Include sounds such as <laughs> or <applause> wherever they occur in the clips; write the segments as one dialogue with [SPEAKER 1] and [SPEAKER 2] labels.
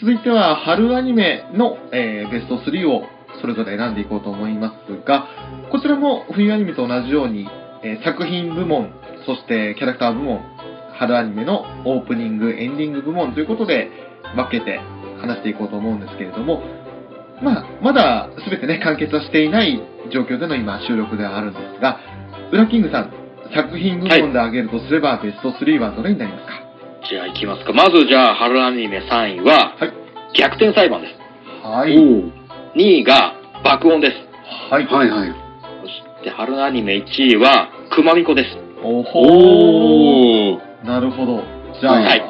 [SPEAKER 1] 続いては春アニメの、えーベスト3をそれぞれ選んでいこうと思いますが、こちらも冬アニメと同じように、えー作品部門、そしてキャラクター部門、春アニメのオープニング、エンディング部門ということで分けて話していこうと思うんですけれども、まあ、まだ全てね、完結はしていない状況での今収録ではあるんですが、ウラキングさん、作品部門で挙げるとすれば、ベスト3はどれになりますか
[SPEAKER 2] じゃあ行きますか。まずじゃあ、春アニメ3位は、
[SPEAKER 1] はい
[SPEAKER 2] 逆転裁判です。
[SPEAKER 1] はい。
[SPEAKER 2] 2位が爆音です。
[SPEAKER 1] はい。
[SPEAKER 3] はいはい。
[SPEAKER 2] そして春アニメ1位は、熊巫女です。
[SPEAKER 1] おほー。
[SPEAKER 3] おー。
[SPEAKER 1] なるほど。じゃあ、
[SPEAKER 2] はい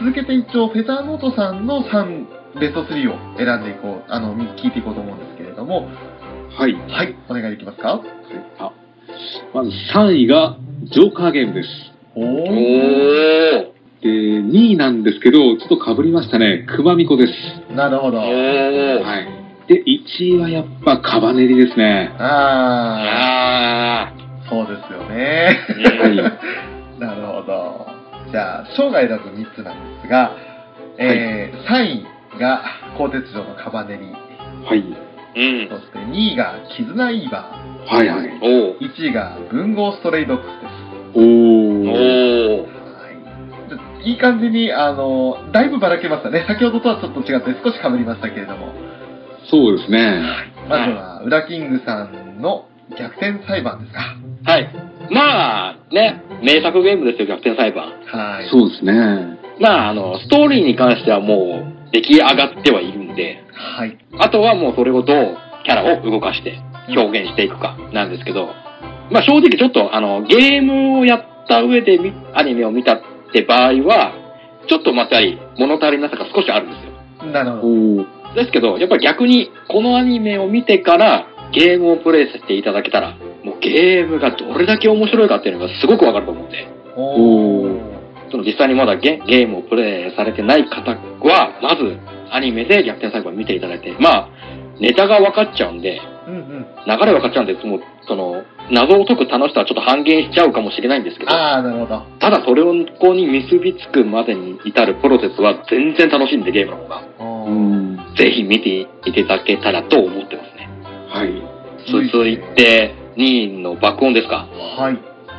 [SPEAKER 1] 続けて一応、フェザーノートさんの3、ベスト3を選んでいこう、あの、み聞いていこうと思うんですけれども、
[SPEAKER 3] はい。
[SPEAKER 1] はい、お願いできますか
[SPEAKER 3] あまず3位がジョーカーゲームです。
[SPEAKER 1] お
[SPEAKER 2] お
[SPEAKER 1] ー。
[SPEAKER 3] で、2位なんですけど、ちょっと被りましたね。熊巫女です。
[SPEAKER 1] なるほど。
[SPEAKER 2] お
[SPEAKER 3] はい。で、1位はやっぱカバネリですね。
[SPEAKER 1] あ
[SPEAKER 2] ああ。
[SPEAKER 1] ー、そうですよね。 <laughs>
[SPEAKER 2] う
[SPEAKER 3] はい。
[SPEAKER 2] ん
[SPEAKER 1] なるほど。じゃあ、生涯だと3つなんですが、えー3位が、鋼鉄城のカバネリ、
[SPEAKER 3] はい。
[SPEAKER 2] うん。
[SPEAKER 1] そして2位が、絆イーバ
[SPEAKER 3] はいはい。
[SPEAKER 2] おお。
[SPEAKER 1] ー、1位が、文豪ストレイドックスです。
[SPEAKER 3] お
[SPEAKER 2] お
[SPEAKER 3] ー。
[SPEAKER 2] お。
[SPEAKER 1] はい、いい感じにあのだいぶばらけましたね先ほどとはちょっと違って少しかぶりましたけれども
[SPEAKER 3] そうですね。
[SPEAKER 1] まずはウラキングさんの逆転裁判ですか
[SPEAKER 2] はい。まあ、ね、名作ゲームですよ、逆転裁判。
[SPEAKER 1] はい
[SPEAKER 3] そうですね。
[SPEAKER 2] まあ、あの、ストーリーに関してはもう、出来上がってはいるんで、
[SPEAKER 1] はい
[SPEAKER 2] あとはもうそれをどうキャラを動かして表現していくかなんですけど、まあ正直ちょっとあの、ゲームをやった上でみアニメを見たって場合は、ちょっとまたり物足りなさが少しあるんですよ。
[SPEAKER 1] なるほ
[SPEAKER 3] お
[SPEAKER 1] ど
[SPEAKER 3] ー。
[SPEAKER 2] ですけど、やっぱり逆に、このアニメを見てから、ゲームをプレイさせていただけたら、もうゲームがどれだけ面白いかっていうのがすごくわかると思うんで、
[SPEAKER 1] お
[SPEAKER 3] お
[SPEAKER 1] ー
[SPEAKER 2] その実際にまだゲゲームをプレイされてない方は、まずアニメで逆転裁判を見ていただいて、まあ、ネタが分かっちゃうんで、
[SPEAKER 1] うんうん
[SPEAKER 2] 流れ分かっちゃうんで、もう、その、謎を解く楽しさはちょっと半減しちゃうかもしれないんですけど、
[SPEAKER 1] ああなるほど
[SPEAKER 2] ただそれをここに結びつくまでに至るプロセスは全然楽しいんで、ゲームの方が。
[SPEAKER 1] お
[SPEAKER 3] う
[SPEAKER 1] ー
[SPEAKER 3] ん。
[SPEAKER 2] ぜひ見ていただけたらと思ってますね。
[SPEAKER 3] はい。
[SPEAKER 2] 続いて、2位の爆音ですか。
[SPEAKER 1] はい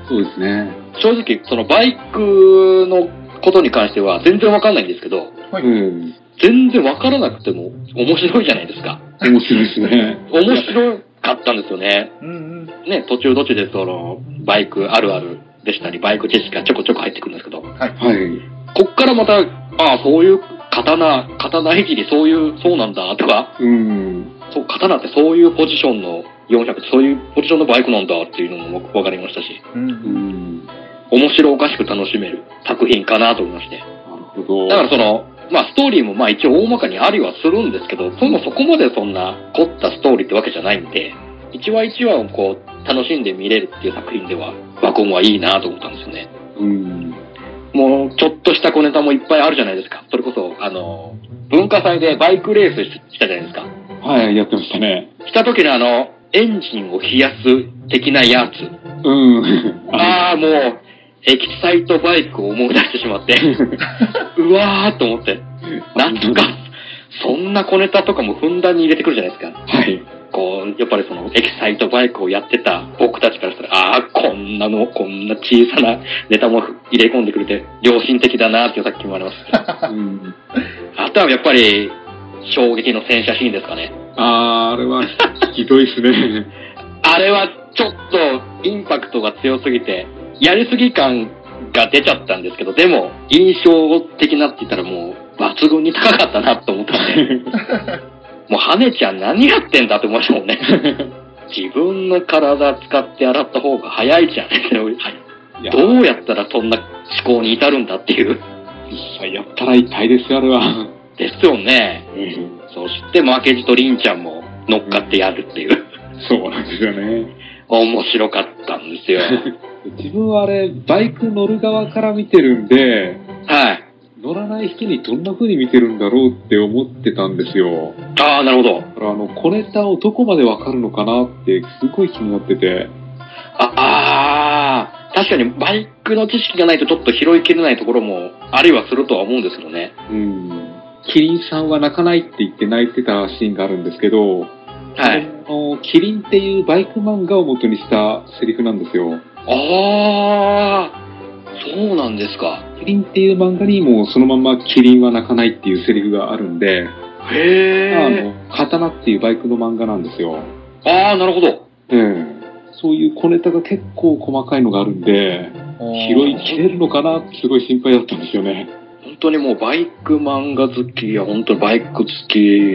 [SPEAKER 3] そうですね。
[SPEAKER 2] 正直、そのバイクのことに関しては全然わかんないんですけど、
[SPEAKER 1] は
[SPEAKER 3] う
[SPEAKER 1] い、
[SPEAKER 3] ん。
[SPEAKER 2] 全然わからなくても面白いじゃないですか。
[SPEAKER 3] 面白いですね。
[SPEAKER 2] 面白かったんですよね。
[SPEAKER 1] うん
[SPEAKER 2] ね、途中途中でその、バイクあるあるでしたり、バイク知識がちょこちょこ入ってくるんですけど、こ
[SPEAKER 3] はい。
[SPEAKER 2] っからまた、ああ、そういう刀、刀いじり、そういう、そうなんだ、とか、
[SPEAKER 3] うん。
[SPEAKER 2] そう、刀ってそういうポジションの400、そういうポジションのバイクなんだっていうのもわかりましたし、
[SPEAKER 1] うんうん <laughs>
[SPEAKER 3] う
[SPEAKER 1] うん
[SPEAKER 3] ん。な
[SPEAKER 2] 面白おかしく楽しめる作品かなと思いまして。
[SPEAKER 3] るほど。
[SPEAKER 2] だからその、まあストーリーもまあ一応大まかにありはするんですけど、そもそこまでそんな凝ったストーリーってわけじゃないんで、一話一話をこう楽しんで見れるっていう作品では、ワコンはいいなと思ったんですよね。
[SPEAKER 3] うん。
[SPEAKER 2] もうちょっとした小ネタもいっぱいあるじゃないですか。それこそ、あの、文化祭でバイクレースしたじゃないですか。
[SPEAKER 3] はい、やってましたね。
[SPEAKER 2] した時のあの、エンジンを冷やす的なやつ。
[SPEAKER 3] うん。
[SPEAKER 2] ああ、もう、エキサイトバイクを思い出してしまって、うわーっと思って、なんか、そんな小ネタとかもふんだんに入れてくるじゃないですか。
[SPEAKER 3] <laughs> はい。
[SPEAKER 2] こう、やっぱりその、エキサイトバイクをやってた僕たちからしたら、ああ、こんなの、こんな小さなネタも入れ込んでくれて、良心的だなーっていうさっきもあります。
[SPEAKER 3] うん。
[SPEAKER 2] あとはやっぱり、衝撃の戦車シーンですかね。
[SPEAKER 3] あー、あれは <laughs> ひどいですね。
[SPEAKER 2] あれはちょっとインパクトが強すぎて、やりすぎ感が出ちゃったんですけど、でも印象的なって言ったらもう抜群に高かったなと思ったんで、もうハネちゃん何やってんだって思いましたもんね。自分の体使って洗った方が早いじゃん。
[SPEAKER 3] い
[SPEAKER 2] <laughs>
[SPEAKER 3] や、
[SPEAKER 2] どうやったらそんな思考に至るんだっていう。
[SPEAKER 3] 実際やったら痛いですよ、あれは。
[SPEAKER 2] ですよね。そして負けじとリンちゃんも乗っかってやるっていう。
[SPEAKER 3] そうなんですよね。
[SPEAKER 2] 面白かったんですよ。
[SPEAKER 3] <laughs> 自分はあれ、バイク乗る側から見てるんで、
[SPEAKER 2] はい。
[SPEAKER 3] 乗らない人にどんな風に見てるんだろうって思ってたんですよ。
[SPEAKER 2] ああ、なるほど。
[SPEAKER 3] だからあの、小ネタをどこまでわかるのかなって、すごい気になってて。
[SPEAKER 2] あ、あー確かにバイクの知識がないとちょっと拾いきれないところもありはするとは思うんですけどね。
[SPEAKER 3] うん。キリンさんは泣かないって言って泣いてたシーンがあるんですけど、
[SPEAKER 2] はい。
[SPEAKER 3] あのキリンっていうバイク漫画を元にしたセリフなんですよ。
[SPEAKER 2] ああ、そうなんですか。
[SPEAKER 3] キリンっていう漫画にもそのまんまキリンは泣かないっていうセリフがあるんで、あ
[SPEAKER 2] へえ。
[SPEAKER 3] の、刀っていうバイクの漫画なんですよ。
[SPEAKER 2] ああ、なるほど。
[SPEAKER 3] ええそういう小ネタが結構細かいのがあるんで、拾いきれるのかなってすごい心配だったんですよね。
[SPEAKER 2] 本当にもうバイク漫画好きや、本当にバイク好き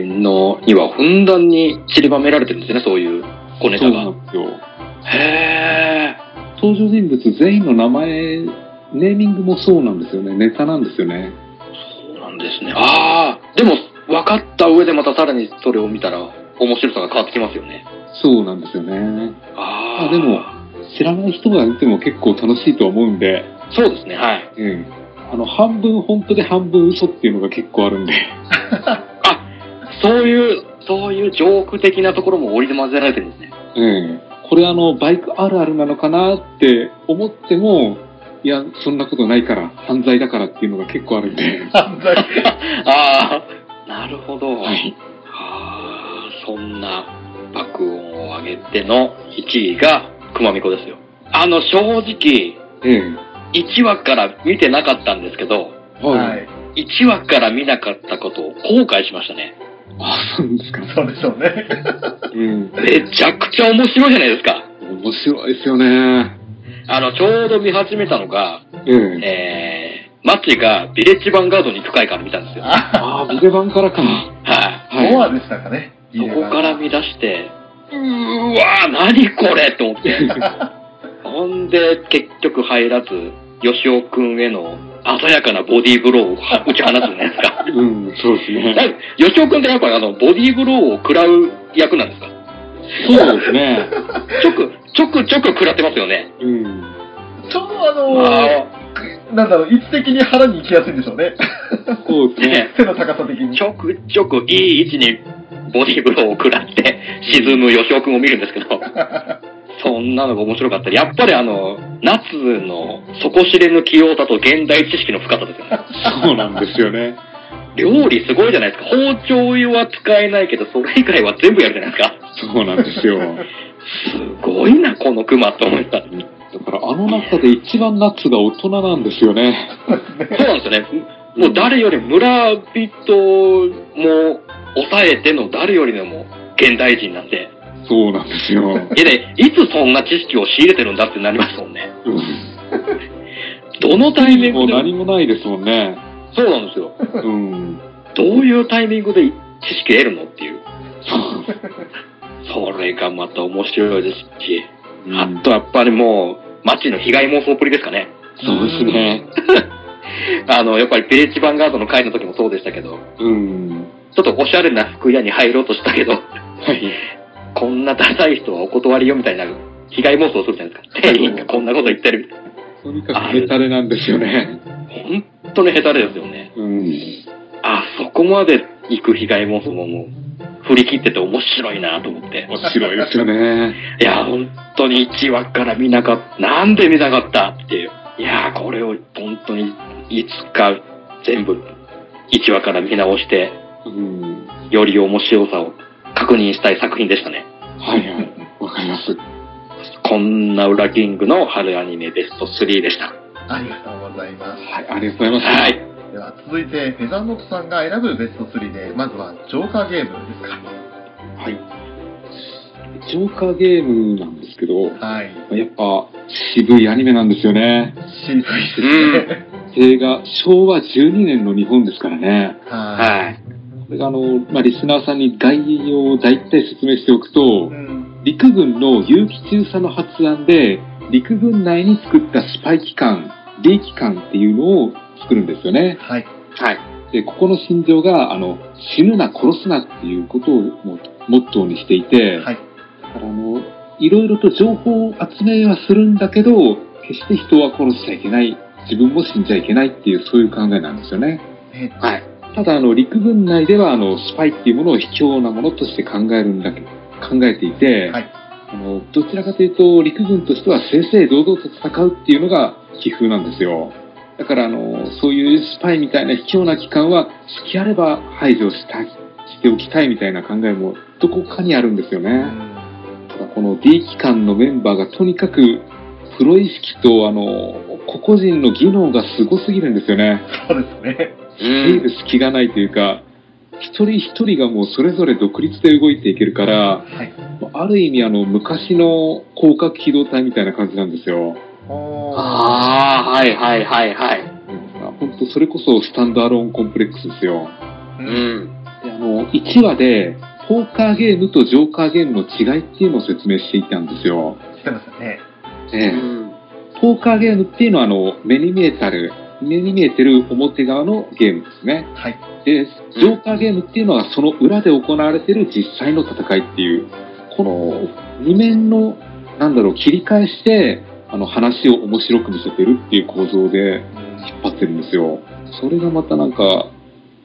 [SPEAKER 2] のにはふんだんに散りばめられてるんですね、そういう小ネ
[SPEAKER 3] そ
[SPEAKER 2] タ
[SPEAKER 3] うな
[SPEAKER 2] が。
[SPEAKER 3] んですよ。
[SPEAKER 2] へえ。
[SPEAKER 3] 登場人物全員の名前、ネーミングもそうなんですよね。ネタなんですよね。
[SPEAKER 2] そうなんですね。ああ、でも分かった上でまたさらにそれを見たら面白さが変わってきますよね。
[SPEAKER 3] そうなんですよね。
[SPEAKER 2] ああ、
[SPEAKER 3] あでも、知らない人がいても結構楽しいと思うんで、
[SPEAKER 2] そうですね、はい。
[SPEAKER 3] うん。あの、半分本当で半分嘘っていうのが結構あるんで。
[SPEAKER 2] そういう、そういうジョーク的なところも織り交ぜられてるんですね。
[SPEAKER 3] うん。これあの、バイクあるあるなのかなって思っても、いや、そんなことないから、犯罪だからっていうのが結構あるんで。
[SPEAKER 1] 犯罪
[SPEAKER 2] ああ、なるほど。
[SPEAKER 3] はい。
[SPEAKER 2] ああ、そんな爆音を上げての1位が熊みこですよ。あの、正直、
[SPEAKER 3] ええ。
[SPEAKER 2] 1話から見てなかったんですけど、
[SPEAKER 1] は。い。
[SPEAKER 2] 1話から見なかったことを後悔しましたね。
[SPEAKER 3] あ、そうですか。
[SPEAKER 1] そうでしょうね。
[SPEAKER 3] うん。
[SPEAKER 2] めちゃくちゃ面白いじゃないですか。
[SPEAKER 3] 面白いですよね。
[SPEAKER 2] あの、ちょうど見始めたのが、
[SPEAKER 3] ええ。
[SPEAKER 2] えー、マチがビレッジヴァンガードに行く回から見たんですよ。はい、
[SPEAKER 1] あ、
[SPEAKER 3] ああ、ビデバンからか。
[SPEAKER 1] <laughs>
[SPEAKER 3] はい
[SPEAKER 1] 5話でしたかね。
[SPEAKER 2] そこから見
[SPEAKER 1] て。
[SPEAKER 2] 出して、うーわー、何これって思って。ほんで、結局入らず、吉尾くんへの鮮やかなボディーブローを打ち放つじゃないですか。
[SPEAKER 3] うん、そうです
[SPEAKER 2] な
[SPEAKER 3] ね。
[SPEAKER 2] んか吉尾くんってやっぱあの、ボディーブローを食らう役なんですか
[SPEAKER 3] そうですね。
[SPEAKER 2] ちょく、ちょくちょく食らってますよね。
[SPEAKER 3] うん。
[SPEAKER 1] <laughs> ちょうどあ
[SPEAKER 2] あ
[SPEAKER 1] のー、なんだろう、位置的に腹に行きやすいんでしょうね。
[SPEAKER 3] そうですね。
[SPEAKER 2] ね
[SPEAKER 1] <laughs> 背の高さ的に。
[SPEAKER 2] ちょくちょくいい位置にボディーブローを食らって沈む吉尾くんを見るんですけど、そんなのが面白かったり、やっぱりあの、夏の底知れぬ器用さと現代知識の深さですよね。
[SPEAKER 3] そうなんですよね。
[SPEAKER 2] 料理すごいじゃないですか。包丁は使えないけど、それ以外は全部やるじゃないですか。
[SPEAKER 3] そうなんですよ。
[SPEAKER 2] すごいな、このクマと思いました。そう
[SPEAKER 3] だからあの中で一番ナッツが大人なんですよね。
[SPEAKER 2] なんですよね。もう誰より村人も抑えての誰よりでも現代人なんで。
[SPEAKER 3] そうなんですよ。
[SPEAKER 2] えで、いつそんな知識を仕入れてるんだってなりますもんね。
[SPEAKER 3] うん
[SPEAKER 2] どのタイミン
[SPEAKER 3] も
[SPEAKER 2] グ
[SPEAKER 3] う
[SPEAKER 2] で
[SPEAKER 3] 何もないですもんね。
[SPEAKER 2] そうなんですよ。 <laughs>
[SPEAKER 3] うん。
[SPEAKER 2] どういうタイミングで知識得るのっていう。
[SPEAKER 3] そう。
[SPEAKER 2] それがまた面白いですし、
[SPEAKER 3] う
[SPEAKER 2] あ
[SPEAKER 3] ん
[SPEAKER 2] とやっぱりもう、街の被害妄想っぷりですかね。
[SPEAKER 3] そうですね。
[SPEAKER 2] あの、やっぱりビレッジヴァンガードの会の時もそうでしたけど、
[SPEAKER 3] うん。
[SPEAKER 2] ちょっとおしゃれな服屋に入ろうとしたけど、 <laughs>
[SPEAKER 3] はい。
[SPEAKER 2] こんなダサい人はお断りよみたいな被害妄想をするじゃないですか。店員がこんなこと言ってる。
[SPEAKER 3] とにかくヘタレなんですよね。
[SPEAKER 2] 本当にヘタレですよね。
[SPEAKER 3] うん。
[SPEAKER 2] あ、そこまで行く被害妄想ももう、振り切ってて面白いなと思って。
[SPEAKER 3] 面白いですよね。
[SPEAKER 2] いや、本当に1話から見なかった。なんで見なかったっていう。いや、これを本当にいつか全部1話から見直して、
[SPEAKER 3] うん。
[SPEAKER 2] より面白さを確認したい作品でしたね。
[SPEAKER 3] はいはい。わかります。
[SPEAKER 2] こんな裏キングの春アニメベスト3でした。
[SPEAKER 1] ありがとうございます。
[SPEAKER 3] はい、ありがとうございます。
[SPEAKER 2] はい。
[SPEAKER 1] では続いてフェザーノットさんが選ぶベスト3でまずはジョーカーゲームです
[SPEAKER 3] はい。ジョーカーゲームなんですけど、
[SPEAKER 1] かはい
[SPEAKER 3] やっぱ渋いアニメなんですよね。
[SPEAKER 1] 渋いですね、
[SPEAKER 3] 映画、昭和12年の日本ですからね。
[SPEAKER 1] はい、
[SPEAKER 2] はい。
[SPEAKER 3] これがあの、まあ、リスナーさんに概要を大体説明しておくと
[SPEAKER 1] う、ん、
[SPEAKER 3] 陸軍の有機中佐の発案で、陸軍内に作ったスパイ機関、D 機関っていうのを作るんですよね。
[SPEAKER 1] はい
[SPEAKER 2] はい。
[SPEAKER 3] で、ここの心情が、あの、死ぬな、殺すなっていうことをもうモットーにしていて、
[SPEAKER 1] はい
[SPEAKER 3] だからあの、いろいろと情報を集めはするんだけど、決して人は殺しちゃいけない、自分も死んじゃいけないっていう、そういう考えなんですよね。
[SPEAKER 1] え
[SPEAKER 2] はい。
[SPEAKER 3] ただ、あの、陸軍内では、あの、スパイっていうものを卑怯なものとして考えるんだけ考えていて、
[SPEAKER 1] はい
[SPEAKER 3] あの、どちらかというと、陸軍としては正々堂々と戦うっていうのが、寄風なんですよ。だから、あの、そういうスパイみたいな卑怯な機関は、隙あれば排除したい、しておきたいみたいな考えも、どこかにあるんですよ
[SPEAKER 1] う
[SPEAKER 3] ね。
[SPEAKER 1] ん
[SPEAKER 3] ただ、この D 機関のメンバーがとにかく、プロ意識と、あの、個々人の技能がすごすぎるんですよね。
[SPEAKER 1] そうですね。
[SPEAKER 2] う
[SPEAKER 3] 見る
[SPEAKER 2] ん。
[SPEAKER 3] 隙がないというか、一人一人がもうそれぞれ独立で動いていけるから、
[SPEAKER 1] はい。
[SPEAKER 3] ある意味あの昔の広角機動隊みたいな感じなんですよ。
[SPEAKER 1] あ
[SPEAKER 2] ああ、はいはいはいはい。
[SPEAKER 3] 本当それこそスタンドアローンコンプレックスですよ。
[SPEAKER 1] あ。う。
[SPEAKER 2] うんん。
[SPEAKER 3] であの、1話で、ポーカーゲームとジョーカーゲームの違いっていうのを説明していたんですよ。
[SPEAKER 1] してましたね。
[SPEAKER 3] え
[SPEAKER 2] う
[SPEAKER 3] え
[SPEAKER 2] ん。
[SPEAKER 3] ポーカーゲームっていうのはあの、目に見えたる、目に見えてる表側のゲームですね。
[SPEAKER 1] はい。
[SPEAKER 3] で、ジョーカーゲームっていうのはその裏で行われてる実際の戦いっていう、この二面の、なんだろう、切り返して、あの話を面白く見せてるっていう構造で
[SPEAKER 1] うん
[SPEAKER 3] 引っ張ってるんですよ。それがまたなんか、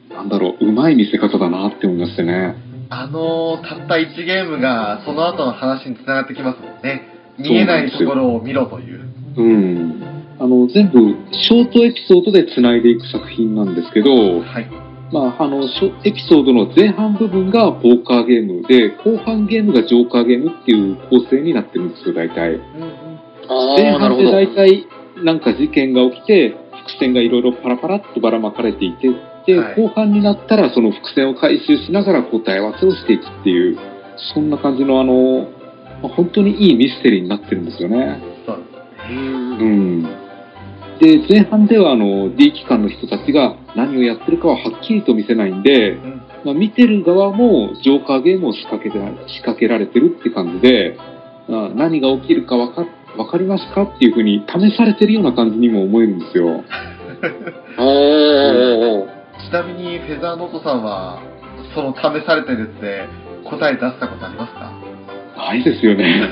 [SPEAKER 3] なんだろう、うまい見せ方だなって思いましたね。
[SPEAKER 1] あのー、たった1ゲームがその後の話につながってきますもんね。見えないところを見ろという。
[SPEAKER 3] うん。あの、全部、ショートエピソードで繋いでいく作品なんですけど、
[SPEAKER 1] はい。
[SPEAKER 3] まあ、あの、ショエピソードの前半部分がポーカーゲームで、後半ゲームがジョーカーゲームっていう構成になってるんですよ、大体。
[SPEAKER 2] あ
[SPEAKER 3] 前
[SPEAKER 2] あ、なる
[SPEAKER 3] 半
[SPEAKER 2] ほ
[SPEAKER 3] で
[SPEAKER 2] ど。
[SPEAKER 3] 大体、なんか事件が起きて、伏線がいろいろパラパラっとばらまかれていて、で、
[SPEAKER 1] はい
[SPEAKER 3] 後半になったらその伏線を回収しながら答え合わせをしていくっていう、そんな感じのあの、まあ本当にいいミステリーになってるんですよね。
[SPEAKER 1] そう
[SPEAKER 2] う。
[SPEAKER 3] うんん。で、前半ではあの、D 機関の人たちが何をやってるかははっきりと見せないんで、
[SPEAKER 1] うん
[SPEAKER 3] まあ、見てる側もジョーカーゲームを仕掛けてら仕掛けられてるって感じで、あ何が起きるかわかわかりますかっていうふうに試されてるような感じにも思えるんですよ。
[SPEAKER 2] おーおーおー
[SPEAKER 1] ちなみに、フェザーノートさんは、その試されてるって答え出したことありますか
[SPEAKER 3] ないですよね。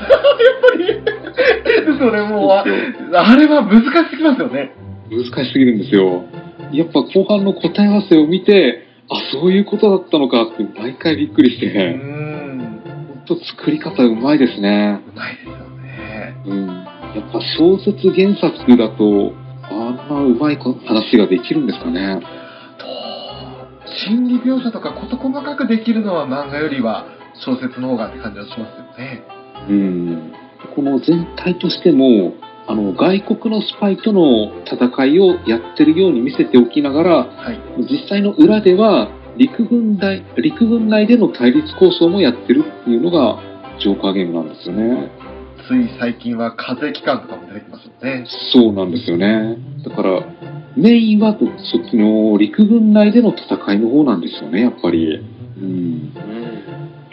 [SPEAKER 1] <laughs> それもう、あ
[SPEAKER 3] 難
[SPEAKER 1] あれは難しすぎますよね。
[SPEAKER 3] しすぎるんですよ。やっぱ後半の答え合わせを見て、あ、そういうことだったのかって毎回びっくりし
[SPEAKER 1] うー
[SPEAKER 3] て、
[SPEAKER 1] ん。
[SPEAKER 3] 本当作り方うまいですね。
[SPEAKER 1] うまいですよね。
[SPEAKER 3] うん。やっぱ小説原作だと、あんなうまいこ話ができるんですかね。
[SPEAKER 1] と、心理描写とか事細かくできるのは漫画よりは小説の方がって感じがしますよね。
[SPEAKER 3] うん、この全体としてもあの外国のスパイとの戦いをやってるように見せておきながら
[SPEAKER 1] はい。
[SPEAKER 3] 実際の裏では陸軍大陸軍内での対立交渉もやってるっていうのがジョーカーゲームなんですよね
[SPEAKER 1] つい最近は風邪期間とかも出てきますよね。
[SPEAKER 3] そうなんですよねだからメインはそっちの陸軍内での戦いの方なんですよねやっぱり、うん、
[SPEAKER 2] うん。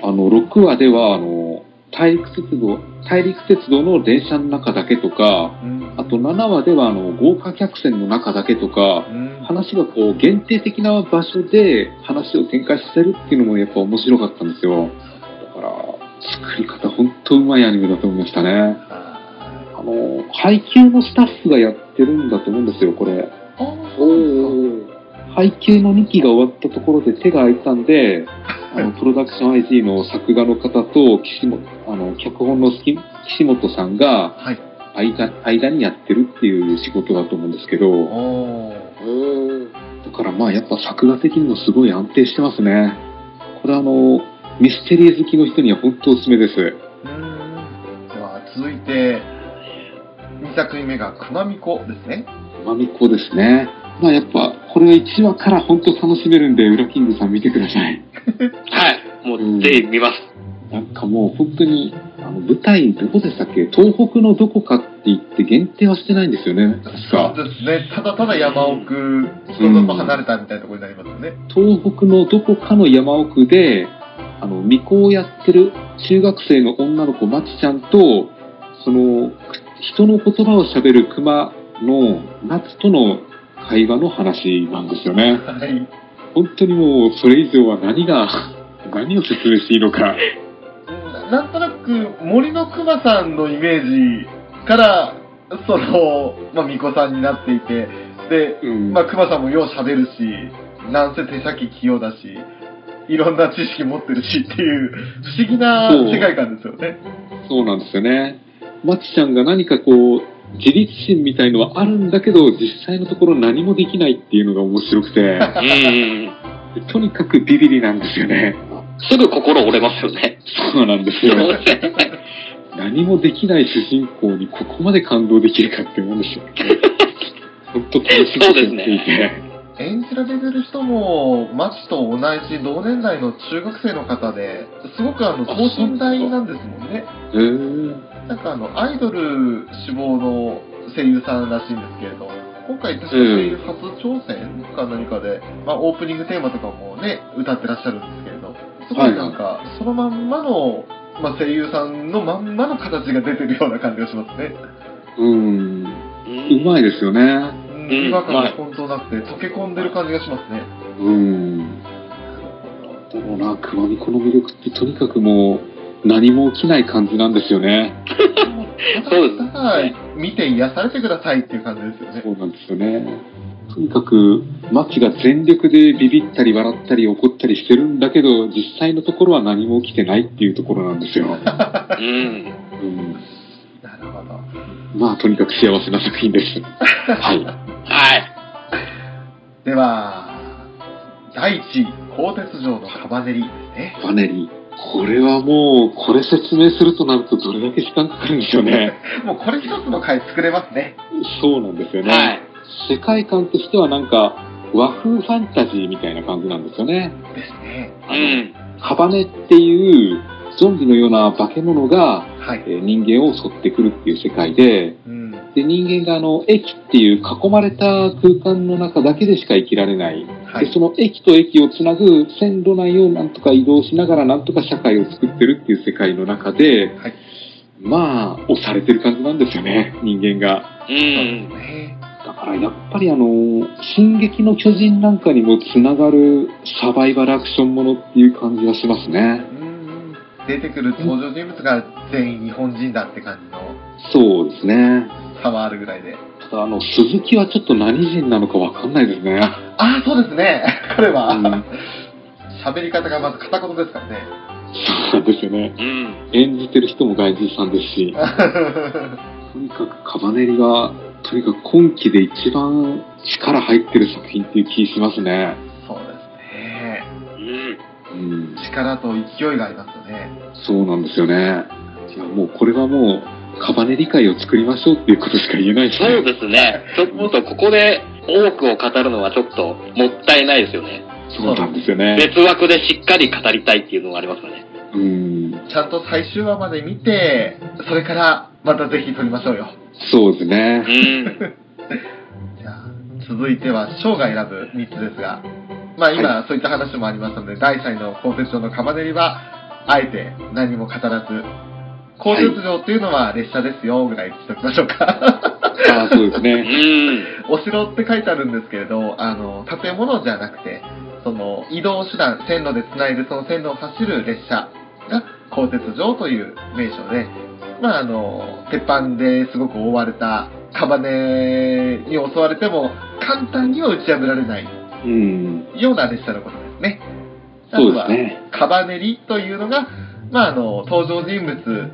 [SPEAKER 3] あの6話ではあの大陸鉄道大陸鉄道の電車の中だけとか
[SPEAKER 1] うん
[SPEAKER 3] あと7話ではあの豪華客船の中だけとか
[SPEAKER 1] うん
[SPEAKER 3] 話がこう限定的な場所で話を展開させるっていうのもやっぱ面白かったんですよだから作り方本当うまいアニメだと思いましたね
[SPEAKER 1] あ
[SPEAKER 3] あの配給のスタッフがやってるんだと思うんですよこれ
[SPEAKER 1] ーあ、
[SPEAKER 2] お
[SPEAKER 1] そう
[SPEAKER 2] ー
[SPEAKER 3] 配給の2期が終わったところで手が空いたんであのプロダクション IG の作画の方と岸本あの脚本の岸岸本さんが
[SPEAKER 1] はい。
[SPEAKER 3] 間間にやってるっていう仕事だと思うんですけど
[SPEAKER 1] おー
[SPEAKER 2] うん。
[SPEAKER 3] だからまあやっぱ作画的にもすごい安定してますね。これあの、ミステリー好きの人には本当おすすめです。
[SPEAKER 1] うんでは続いて2作品目が「くまみこ」ですね
[SPEAKER 3] まみっこですね。まあやっぱこれは1話から本当楽しめるんで、ウラキングさん見てください。
[SPEAKER 2] はい。もう、ぜひ見ます。
[SPEAKER 3] なんかもう本当に、あの舞台どこでしたっけ東北のどこかって言って限定はしてないんですよね。確
[SPEAKER 1] そう
[SPEAKER 3] か。
[SPEAKER 1] ですねただただ山奥人里離れたみたいなところになりますよね
[SPEAKER 3] 東北のどこかの山奥で、あの、巫女をやってる中学生の女の子、まちちゃんと、その、く人の言葉を喋る熊の夏との会話の話なんですよね。
[SPEAKER 1] はい
[SPEAKER 3] 本当にもう、それ以上は何が、 <laughs> 何を説明していいのか。
[SPEAKER 1] うんなんとなく森のくまさんのイメージからその、まあ、巫女さんになっていてで、
[SPEAKER 3] うん。
[SPEAKER 1] まあ、くまさんもようしゃべるしなんせ手先器用だしいろんな知識持ってるしっていう不思議な世界観ですよね
[SPEAKER 3] そうなんですよね。まちちゃんが何かこう、自立心みたいのはあるんだけど、実際のところ何もできないっていうのが面白く
[SPEAKER 1] <laughs>
[SPEAKER 3] て、
[SPEAKER 2] うん。
[SPEAKER 3] とにかくビビりなんですよね。
[SPEAKER 2] すぐ心折れますよね。
[SPEAKER 3] そうなんです
[SPEAKER 2] そう
[SPEAKER 3] よ。
[SPEAKER 2] ですね。
[SPEAKER 3] 何もできない主人公にここまで感動できるかって思うんで
[SPEAKER 2] <laughs>
[SPEAKER 3] すよ。本当楽しみにしてい
[SPEAKER 2] そうです
[SPEAKER 3] て。
[SPEAKER 1] 演じられてる人も、マチと同じ同年代の中学生の方で、すごくあの、等身大なんですもんね。
[SPEAKER 3] うーん
[SPEAKER 1] なんかあの、アイドル志望の声優さんらしいんですけれども、今回確か声優初挑戦か何かで、まあオープニングテーマとかもね、歌ってらっしゃるんですけれど、すごいなんか、そのまんまの、まあ声優さんのまんまの形が出てるような感じがしますね。
[SPEAKER 3] うん。
[SPEAKER 2] う
[SPEAKER 3] うまいですよね。
[SPEAKER 1] うん、
[SPEAKER 2] うん
[SPEAKER 1] 違和感
[SPEAKER 2] は
[SPEAKER 1] が
[SPEAKER 2] い
[SPEAKER 1] 本当なくて、溶け込んでる感じがしますね。
[SPEAKER 3] うん。でもな、熊みこの魅力ってとにかくもう何も起きない感じなんですよね。
[SPEAKER 2] そうですね
[SPEAKER 1] ただ、見て癒されてくださいっていう感じですよね。
[SPEAKER 3] そうなんですよね。とにかく、マチが全力でビビったり笑ったり怒ったりしてるんだけど、実際のところは何も起きてないっていうところなん
[SPEAKER 2] <laughs>
[SPEAKER 3] ですよ。
[SPEAKER 2] ん。
[SPEAKER 3] うん、
[SPEAKER 1] なるほど。
[SPEAKER 3] まあ、とにかく幸せな作
[SPEAKER 2] <laughs>
[SPEAKER 3] 品です。はい。
[SPEAKER 2] はい。
[SPEAKER 1] では、第1位、鋼鉄城のカバネリですね。
[SPEAKER 3] バネリー。これはもう、これ説明するとなるとどれだけ時間かかるんでしょうね。
[SPEAKER 1] もうこれ一つの回作れますね。
[SPEAKER 3] そうなんですよね。
[SPEAKER 2] はい。
[SPEAKER 3] 世界観としてはなんか、和風ファンタジーみたいな感じなんですよね。
[SPEAKER 1] ですね。
[SPEAKER 3] あ
[SPEAKER 2] う
[SPEAKER 3] の
[SPEAKER 2] ん。
[SPEAKER 3] カバネっていう、ゾンビのような化け物が、
[SPEAKER 1] はい。
[SPEAKER 3] えー人間を襲ってくるっていう世界で、
[SPEAKER 1] うん。
[SPEAKER 3] で人間があの駅っていう囲まれた空間の中だけでしか生きられない、
[SPEAKER 1] は
[SPEAKER 3] で
[SPEAKER 1] い。
[SPEAKER 3] その駅と駅をつなぐ線路内をなんとか移動しながらなんとか社会を作ってるっていう世界の中で、
[SPEAKER 1] はい
[SPEAKER 3] まあ押されてる感じなんですよね人間が
[SPEAKER 2] う。
[SPEAKER 1] そうんですね。
[SPEAKER 3] だからやっぱりあの「進撃の巨人」なんかにもつながるサバイバルアクションものっていう感じがしますね
[SPEAKER 1] うんうん。出てくる登場人物が全員日本人だって感じの
[SPEAKER 3] そうですね
[SPEAKER 1] 差はあるぐらいで。
[SPEAKER 3] ただあの鈴木はちょっと何人なのかわかんないですね
[SPEAKER 1] ああ、そうですね。 <laughs> 彼は
[SPEAKER 3] うん、
[SPEAKER 1] 喋り方がまず片言ですからね。 <laughs>
[SPEAKER 3] そうなんですよね。
[SPEAKER 2] うん。
[SPEAKER 3] 演じてる人も外人さんですし、とにかくカバネリが、とにかく今期で一番力入ってる作品っていう気しますね。
[SPEAKER 1] そうですね。
[SPEAKER 2] うん。
[SPEAKER 3] うん、
[SPEAKER 1] 力と勢いがありますよね。
[SPEAKER 3] そうなんですよね。いや、もうこれはもう、カバネリ会を作りましょうっていうことしか言えないです
[SPEAKER 2] そう
[SPEAKER 3] ね。
[SPEAKER 2] ですね。ちょっとここで多くを語るのはちょっともったいないですよね。
[SPEAKER 3] そうなんですよね。
[SPEAKER 2] 別枠でしっかり語りたいっていうのがありますよね。
[SPEAKER 3] うん、
[SPEAKER 1] ちゃんと最終話まで見て、それからまたぜひ撮りましょうよ。
[SPEAKER 3] そうです
[SPEAKER 2] う
[SPEAKER 3] ね。
[SPEAKER 2] ん。
[SPEAKER 1] じゃあ、続いては、章が選ぶ3つですが、まあ今、そういった話もありますので、第3位の鋼鉄城のカバネリは、あえて何も語らず、鋼鉄城っていうのは列車ですよ、ぐらいにしておきましょうか。
[SPEAKER 3] ああ、そうです
[SPEAKER 2] う
[SPEAKER 3] ね。
[SPEAKER 2] ん。
[SPEAKER 1] お城って書いてあるんですけれど、あの、建物じゃなくて、その移動手段、線路でつないでその線路を走る列車が鋼鉄城という名称で、まああの、鉄板ですごく覆われた、カバネに襲われても簡単には打ち破られない
[SPEAKER 3] うん、
[SPEAKER 1] ような列車のことですね。
[SPEAKER 3] そうですね。
[SPEAKER 1] カバネリというのが、まあ、あの、登場人物、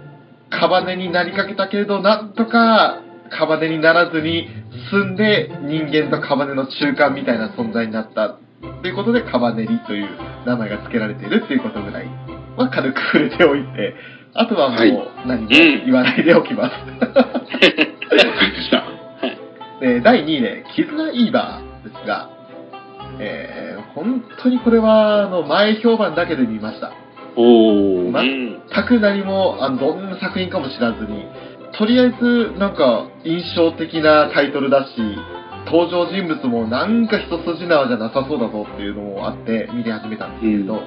[SPEAKER 1] カバネになりかけたけれど、なんとか、カバネにならずに進んで、人間とカバネの中間みたいな存在になった。ということで、カバネリという名前が付けられているっていうことぐらいは軽く触れておいて、あとはも
[SPEAKER 3] はいう
[SPEAKER 1] 何も言わないでおきます。
[SPEAKER 3] わかりました。
[SPEAKER 1] えー第2位で、絆イーバーですが、えー本当にこれは、あの、前評判だけで見ました。
[SPEAKER 2] う
[SPEAKER 3] おー。
[SPEAKER 2] ん。
[SPEAKER 1] 全く何もあのどんな作品かも知らずにとりあえずなんか印象的なタイトルだし登場人物もなんか一筋縄じゃなさそうだぞっていうのもあって見て始めたんですけど、
[SPEAKER 3] う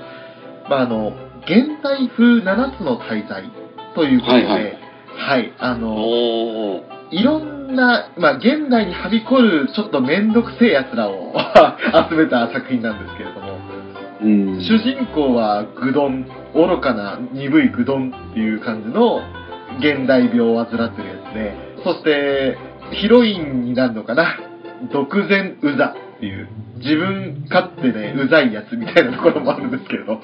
[SPEAKER 1] まああの現代風7つの大罪ということで、
[SPEAKER 3] は
[SPEAKER 1] はいい
[SPEAKER 3] はい
[SPEAKER 1] あの
[SPEAKER 2] おー。
[SPEAKER 1] いろんな、まあ、現代にはびこるちょっと面倒くせえやつらを <laughs> 集めた作品なんですけれども
[SPEAKER 3] うん。
[SPEAKER 1] 主人公は愚鈍愚かな鈍い愚鈍っていう感じの現代病を患ってるやつでそしてヒロインになるのかな独善うざっていう自分勝手でうざいやつみたいなところもあるんですけれど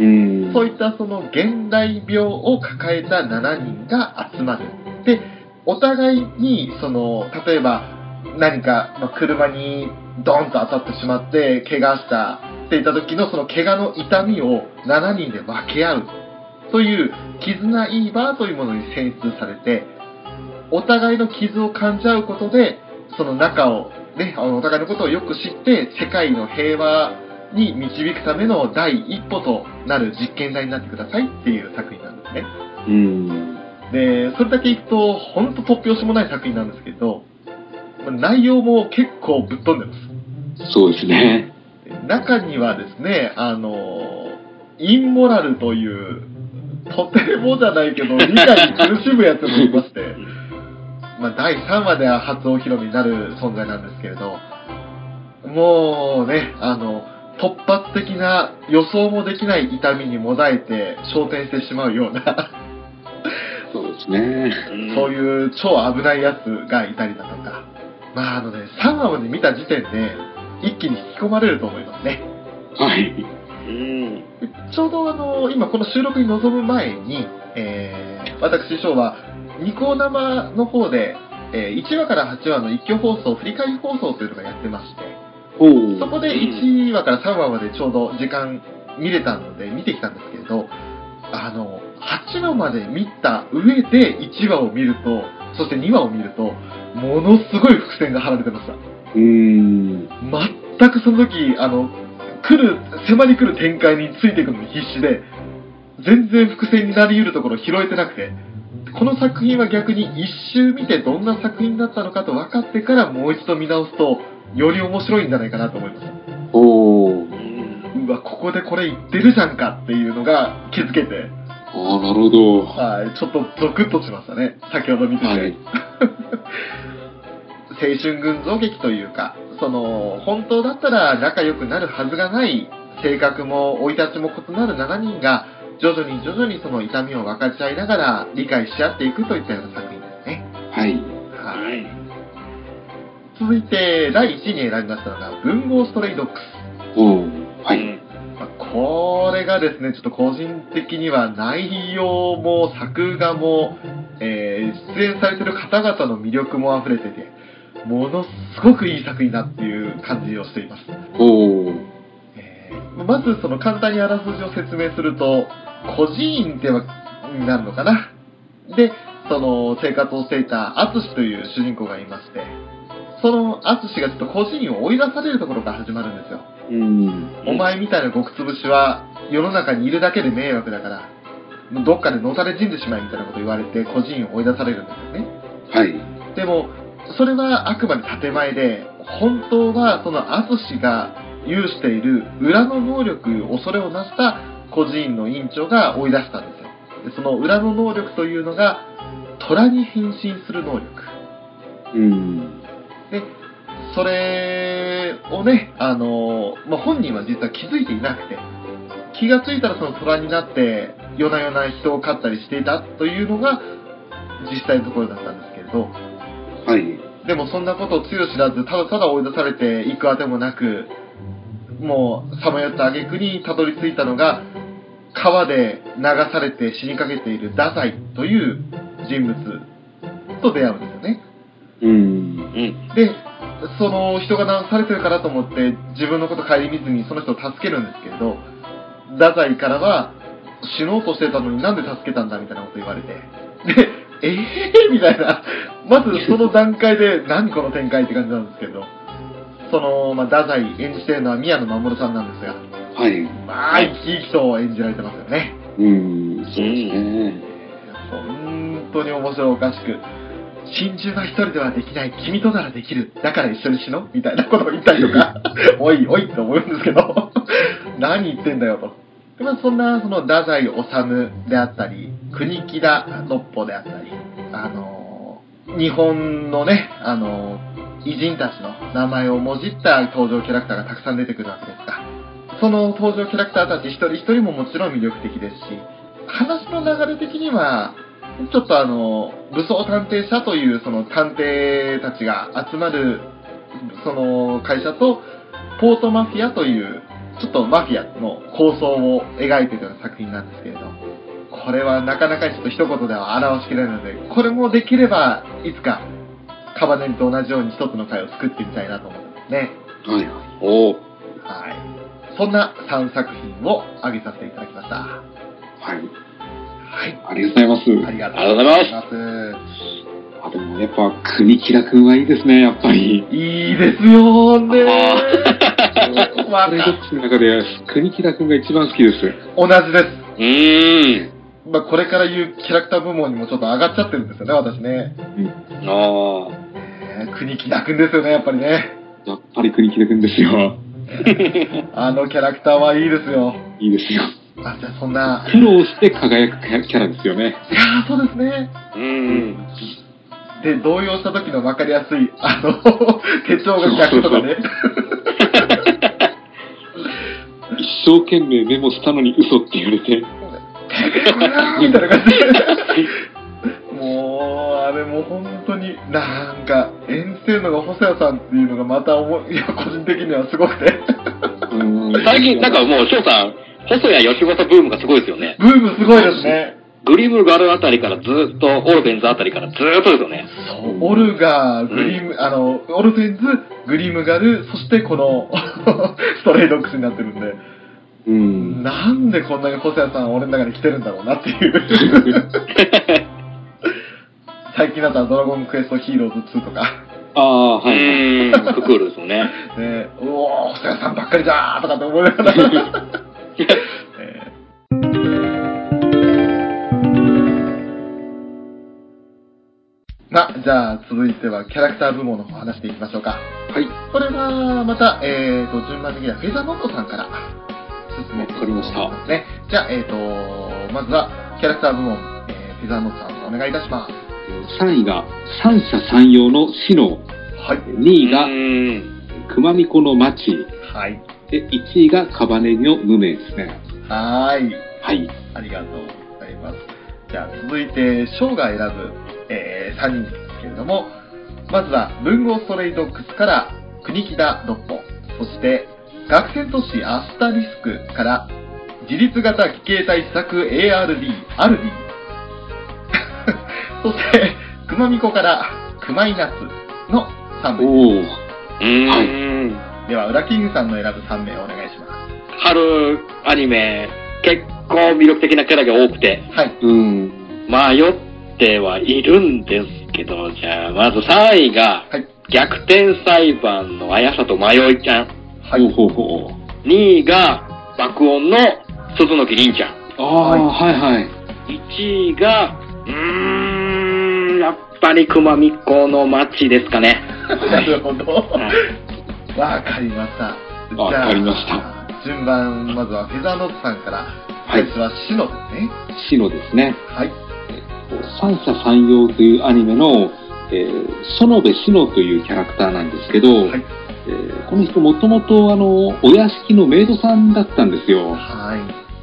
[SPEAKER 3] うん。
[SPEAKER 1] そういったその現代病を抱えた7人が集まるでお互いに、その、例えば、何か、まあ車にドンと当たってしまって、怪我したっていった時の、その怪我の痛みを7人で分け合う。という、絆イーバーというものに選出されて、お互いの傷を感じ合うことで、その中を、ね、あのお互いのことをよく知って、世界の平和に導くための第一歩となる実験台になってくださいっていう作品なんですね。
[SPEAKER 3] うん。
[SPEAKER 1] で、それだけいくと、ほんと突拍子もない作品なんですけど、まあ内容も結構ぶっ飛んでます。
[SPEAKER 3] そうですね。
[SPEAKER 1] 中にはですね、あの、インモラルという、とてもじゃないけど、理解に苦しむやつもいまして、まあ、第3話では初お披露目になる存在なんですけれど、もうね、あの、突発的な予想もできない痛みにもだえて昇天してしまうような、
[SPEAKER 3] そうですね。
[SPEAKER 2] うん
[SPEAKER 1] そういう超危ないやつがいたりだとか、まああのね、3話まで見た時点で、一気に引き込まれると思いますね。
[SPEAKER 3] はい。
[SPEAKER 2] うん。
[SPEAKER 1] ちょうどあの、今この収録に臨む前に、えー、私、翔は、ニコ生の方で、えー1話から8話の一挙放送、振り返り放送というのがやってまして、
[SPEAKER 3] お
[SPEAKER 1] そこで1話から3話までちょうど時間見れたので見てきたんですけれど、あの、8話まで見た上で1話を見ると、そして2話を見ると、ものすごい伏線が張られてました。
[SPEAKER 3] うん。
[SPEAKER 1] 全くその時、あの、来る、迫り来る展開についていくのに必死で、全然伏線になり得るところを拾えてなくて、この作品は逆に一周見てどんな作品だったのかと分かってからもう一度見直すと、より面白いんじゃないかなと思います。
[SPEAKER 3] おお。
[SPEAKER 2] うん
[SPEAKER 1] うわ、ここでこれ言ってるじゃんかっていうのが気づけて、
[SPEAKER 3] ああ、なるほど。
[SPEAKER 1] はい、ちょっとゾクッとしましたね。先ほど見てて。
[SPEAKER 3] はい。
[SPEAKER 1] 青春群像劇というか、その、本当だったら仲良くなるはずがない、性格も生い立ちも異なる7人が、徐々に徐々にその痛みを分かち合いながら理解し合っていくといったような作品ですね。
[SPEAKER 3] はい。
[SPEAKER 1] はい。
[SPEAKER 2] はい。
[SPEAKER 1] 続いて、第1位に選びましたのが、文豪ストレイドックス。
[SPEAKER 3] おお。は
[SPEAKER 2] う
[SPEAKER 3] い。
[SPEAKER 2] ん
[SPEAKER 1] まあこれがですね、ちょっと個人的には内容も作画も、えー出演されてる方々の魅力も溢れてて、ものすごくいい作品だっていう感じをしています。
[SPEAKER 3] おお。
[SPEAKER 1] えーまずその簡単にあらすじを説明すると、孤児院では、になるのかな。で、その生活をしていたアツシという主人公がいまして、そのアツシがちょっと孤児院を追い出されるところから始まるんですよ。
[SPEAKER 3] うん。
[SPEAKER 1] お前みたいな極潰しは世の中にいるだけで迷惑だから、もうどっかでのたれ死んでしまいみたいなこと言われて、個人を追い出されるんですよね。
[SPEAKER 3] はい。
[SPEAKER 1] でも、それはあくまで建前で、本当はその淳が有している裏の能力、恐れをなした個人の院長が追い出したんですよ。でその裏の能力というのが、虎に変身する能力。
[SPEAKER 3] うん。
[SPEAKER 1] それをね、あの、まあ、本人は実は気づいていなくて、気がついたらその虎になって、夜な夜な人を飼ったりしていたというのが、実際のところだったんですけれど、
[SPEAKER 3] はい。
[SPEAKER 1] でもそんなことをつゆ知らず、ただただ追い出されていくあてもなく、もう、さまよった挙句にたどり着いたのが、川で流されて死にかけている太宰という人物と出会うんですよね。
[SPEAKER 3] う
[SPEAKER 2] う
[SPEAKER 3] ん。
[SPEAKER 2] ん。
[SPEAKER 1] で、その人が流されてるからと思って、自分のこと顧みずにその人を助けるんですけれど、太宰からは、死のうとしてたのになんで助けたんだみたいなこと言われて、で、えぇ、ー、みたいな、まずその段階で、何この展開って感じなんですけど、その、まあ、太宰演じてるのは宮野真守さんなんですが、
[SPEAKER 3] はい。
[SPEAKER 1] まあ、生き生きと演じられてますよね。
[SPEAKER 3] うん。そうですね。
[SPEAKER 1] 本当に面白おかしく、真珠は一人ではできない、君とならできる、だから一緒に死のみたいなことを言ったりとか、おいおいって思うんですけど、 <laughs> 何言ってんだよと。でまあ、そんな、その、太宰治であったり、国木田六歩であったり、あのー日本のね、あのー偉人たちの名前をもじった登場キャラクターがたくさん出てくるわけですが、その登場キャラクターたち一人一人ももちろん魅力的ですし、話の流れ的には、ちょっとあの、武装探偵社というその探偵たちが集まる、その会社と、ポートマフィアという、ちょっとマフィアの構想を描いているような作品なんですけれど、これはなかなかちょっと一言では表しきれないので、これもできれば、いつか、カバネリと同じように一つの回を作ってみたいなと思うんですね。
[SPEAKER 3] はい。
[SPEAKER 2] おお。
[SPEAKER 1] はい。そんな3作品を挙げさせていただきました。は
[SPEAKER 3] はい。
[SPEAKER 1] い。
[SPEAKER 3] ありがとう
[SPEAKER 1] あ
[SPEAKER 3] ございます。
[SPEAKER 1] りがとう
[SPEAKER 2] ありがとう
[SPEAKER 1] ご
[SPEAKER 2] ご
[SPEAKER 1] ざ
[SPEAKER 2] ざ
[SPEAKER 1] い
[SPEAKER 2] い
[SPEAKER 1] ます。
[SPEAKER 3] あ、でもやっぱ、国木田くんはいいですね、やっぱり。
[SPEAKER 1] いいですよねー。ま
[SPEAKER 3] プレイボックスの中で、国木田くんが一番好きです。
[SPEAKER 1] 同じです。
[SPEAKER 2] うーん。
[SPEAKER 1] まあ、これから言うキャラクター部門にもちょっと上がっちゃってるんですよね、私ね。
[SPEAKER 2] ああ。
[SPEAKER 1] えー、国木田くんですよね、やっぱりね。
[SPEAKER 3] やっぱり国木田くんですよ。
[SPEAKER 1] あのキャラクターはいいですよ。
[SPEAKER 3] いいですよ。
[SPEAKER 1] あ、じゃあそんな、
[SPEAKER 3] 苦労して輝くキャラですよね。
[SPEAKER 1] いやー、そうですね。
[SPEAKER 2] うん。
[SPEAKER 1] で、動揺した時の分かりやすい、あの、 <laughs> 手帳が逆とかね。
[SPEAKER 3] 一生懸命メモしたのに嘘って言われて。
[SPEAKER 1] <laughs> みたいな感じで。 <laughs> もう、あれもう本当に、なんか、演じてるのが細谷さんっていうのがまた思い、いや、個人的にはすごくて。 <laughs>
[SPEAKER 2] 最近、なんかもう、翔さん、細谷吉本ブームがすごいですよね。
[SPEAKER 1] ブームすごいですね。
[SPEAKER 2] グリムガルあたりからずーっと、オーベンズあたりからずーっとですよね。
[SPEAKER 1] そう、オルガー、グリム、あの、オルフェンズ、グリムガル、そしてこの、 <laughs> ストレイドックスになってるんで、
[SPEAKER 3] うん。
[SPEAKER 1] なんでこんなに細谷さん俺の中に来てるんだろうなって <laughs> いう。最近だったらドラゴンクエストヒーローズ2とか、
[SPEAKER 3] ああ、
[SPEAKER 2] う
[SPEAKER 3] はいはい。
[SPEAKER 2] <laughs> ーん。ククールですよね。
[SPEAKER 1] ね、うおー、細谷さんばっかりだーとかって思いながら。 <laughs> えーまあ、じゃあ続いてはキャラクター部門の方話していきましょうか。
[SPEAKER 3] はい。
[SPEAKER 1] これはまた、えー、と順番的にはフェザーノットさんから進めていきます
[SPEAKER 3] わかり
[SPEAKER 1] ね。じゃあ、えー、とまずはキャラクター部門、えーフェザーノットさんお願いいたします。
[SPEAKER 3] 3位が三者三様の死の、
[SPEAKER 1] はい。
[SPEAKER 3] 2位
[SPEAKER 2] う
[SPEAKER 3] が
[SPEAKER 2] ーん。
[SPEAKER 3] 熊巫女の町、
[SPEAKER 1] はい。
[SPEAKER 3] で1位がカバネリの無名ですね。
[SPEAKER 1] はーい。
[SPEAKER 3] はい。
[SPEAKER 1] ありがとうございます。じゃあ続いて、ショーが選ぶ、えー、3人ですけれども、まずは、文豪ストレイドックスから、国木田六歩、そして、学生都市アスタリスクから、自立型危形対策 ARD、アルディ。 <laughs> そして、熊巫女から、熊井夏の3名。
[SPEAKER 3] おお。
[SPEAKER 2] うーん。
[SPEAKER 1] では、裏キングさんの選ぶ3名お願いしま
[SPEAKER 2] 春アニメ、結構魅力的なキャラが多くて、
[SPEAKER 1] す。はい。
[SPEAKER 3] うん。
[SPEAKER 2] 迷ってはいるんですけど、じゃあ、まず3位が、
[SPEAKER 1] はい。
[SPEAKER 2] 逆転裁判の綾里迷いちゃん。
[SPEAKER 1] は
[SPEAKER 3] ほう
[SPEAKER 1] い。
[SPEAKER 3] ほうほう。
[SPEAKER 2] 2位が、爆音の鈴木凛ちゃん。
[SPEAKER 3] ああ、はい、はいはい。
[SPEAKER 2] 1位が、うーん、やっぱり熊みっこの町ですかね。
[SPEAKER 1] なるほど。
[SPEAKER 2] はい
[SPEAKER 1] わかりました。
[SPEAKER 3] わかりました
[SPEAKER 1] た。順番、まずはフェザーノットさんから、
[SPEAKER 3] は
[SPEAKER 1] 最
[SPEAKER 3] い。
[SPEAKER 1] 初はシノですね。
[SPEAKER 3] 死のですね。
[SPEAKER 1] はい。
[SPEAKER 3] 三者三様というアニメの、えー、園部志乃というキャラクターなんですけど、
[SPEAKER 1] はい
[SPEAKER 3] えーこの人もともとあの、お屋敷のメイドさんだったんですよ。
[SPEAKER 1] は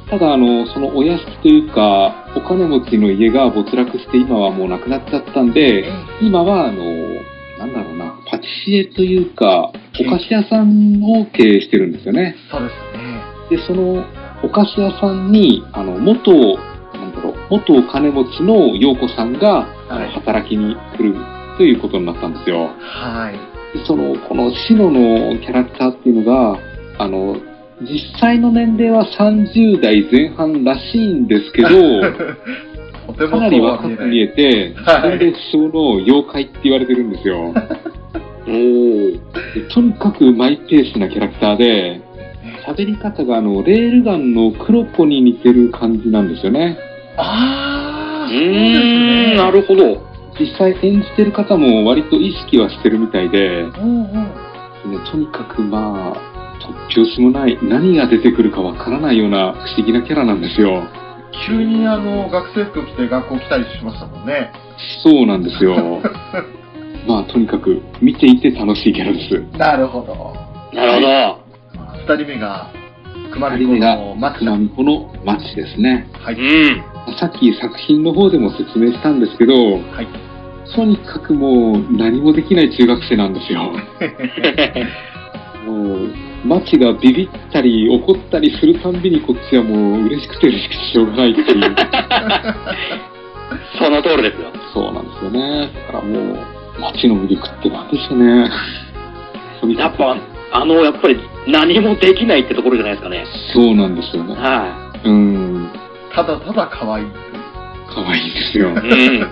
[SPEAKER 3] ただあの、そのお屋敷というか、お金持ちの家が没落して今はもうなくなっちゃったん
[SPEAKER 1] い。
[SPEAKER 3] で、今はあの、なんだろうな、パティシエというか、お菓子屋さんを経営してるんですよね。
[SPEAKER 1] そうですね。
[SPEAKER 3] で、そのお菓子屋さんに、あの、元、なんだろう、元お金持ちの陽子さんが、あ
[SPEAKER 1] は
[SPEAKER 3] の
[SPEAKER 1] い
[SPEAKER 3] 働きに来るということになったんですよ。
[SPEAKER 1] はい。
[SPEAKER 3] で、その、この白のキャラクターっていうのが、あの、実際の年齢は30代前半らしいんです
[SPEAKER 1] <laughs>
[SPEAKER 3] けど、
[SPEAKER 1] とても
[SPEAKER 3] かなり若く見
[SPEAKER 1] え
[SPEAKER 3] えて、
[SPEAKER 1] はい
[SPEAKER 3] それでその妖怪って言われてるんですよ。
[SPEAKER 2] おー。
[SPEAKER 3] でとにかくマイペースなキャラクターで、喋り方があの、レールガンの黒子に似てる感じなんですよね。
[SPEAKER 1] あ
[SPEAKER 2] う
[SPEAKER 1] ー、そうです
[SPEAKER 2] ーん、
[SPEAKER 1] ね。
[SPEAKER 2] なるほど。
[SPEAKER 3] 実際演じてる方も割と意識はしてるみたいで、ね、
[SPEAKER 1] ほど。うんうん。
[SPEAKER 3] とにかくまあ、突拍子もない、何が出てくるかわからないような不思議なキャラなんですよ。
[SPEAKER 1] 急にあの、学生服着て学校来たりしましたもんね。
[SPEAKER 3] そうなんですよ。
[SPEAKER 1] <laughs>
[SPEAKER 3] まあ、とにかく見ていて楽しいキャラです。
[SPEAKER 1] なるほど。
[SPEAKER 2] なるほ
[SPEAKER 1] 二人目が、熊
[SPEAKER 3] 二
[SPEAKER 1] 本
[SPEAKER 3] 人目が
[SPEAKER 1] のマッチ
[SPEAKER 3] 熊
[SPEAKER 1] さん。
[SPEAKER 3] 美子の町ですね。
[SPEAKER 1] は
[SPEAKER 2] ど。う
[SPEAKER 1] い。
[SPEAKER 2] ん。 <laughs>
[SPEAKER 3] さっき作品の方でも説明したんですけど、
[SPEAKER 1] はい。
[SPEAKER 3] とにかくもう何もできない中学生なんですよ。もうマチがビビったり怒ったりするたんびにこっちはもう嬉しくて嬉しくてしょうがないっていう。
[SPEAKER 2] その通りですよ。
[SPEAKER 3] そうなんですよね。だからもう、街の魅力って何でしょ
[SPEAKER 2] <laughs>
[SPEAKER 3] うね。とに
[SPEAKER 2] や
[SPEAKER 3] か
[SPEAKER 2] っ
[SPEAKER 3] く
[SPEAKER 2] ぱ、あの、やっぱり何もできないってところじゃないですかね。
[SPEAKER 3] そうなんですよね。
[SPEAKER 2] は
[SPEAKER 3] うん。
[SPEAKER 1] ただただ可愛い。
[SPEAKER 3] 可愛いんですよ
[SPEAKER 2] い。。うん。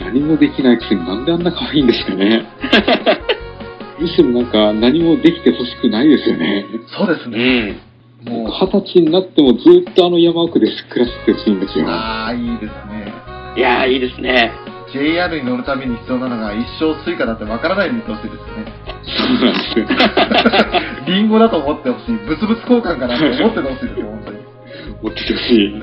[SPEAKER 3] 何もできないくせになんであんな可愛いんですかね。
[SPEAKER 2] <laughs>
[SPEAKER 3] むしろなんか何もできてほしくないですよね。
[SPEAKER 1] そうです
[SPEAKER 2] う
[SPEAKER 1] ね。
[SPEAKER 2] ん。
[SPEAKER 1] もう、
[SPEAKER 3] 二十歳になってもずっとあの山奥で暮らしてほしいんですよ。
[SPEAKER 1] ああ、いいですね。
[SPEAKER 2] いやー、いいですね。
[SPEAKER 1] JR に乗るために必要なのが一生スイカだってわからないようにしてほしいですね。
[SPEAKER 3] そうなんですよ。
[SPEAKER 1] リンゴだと思ってほしい。物々交換かなって思っててほしいですよ、本当に。
[SPEAKER 3] 持っててほしい。なん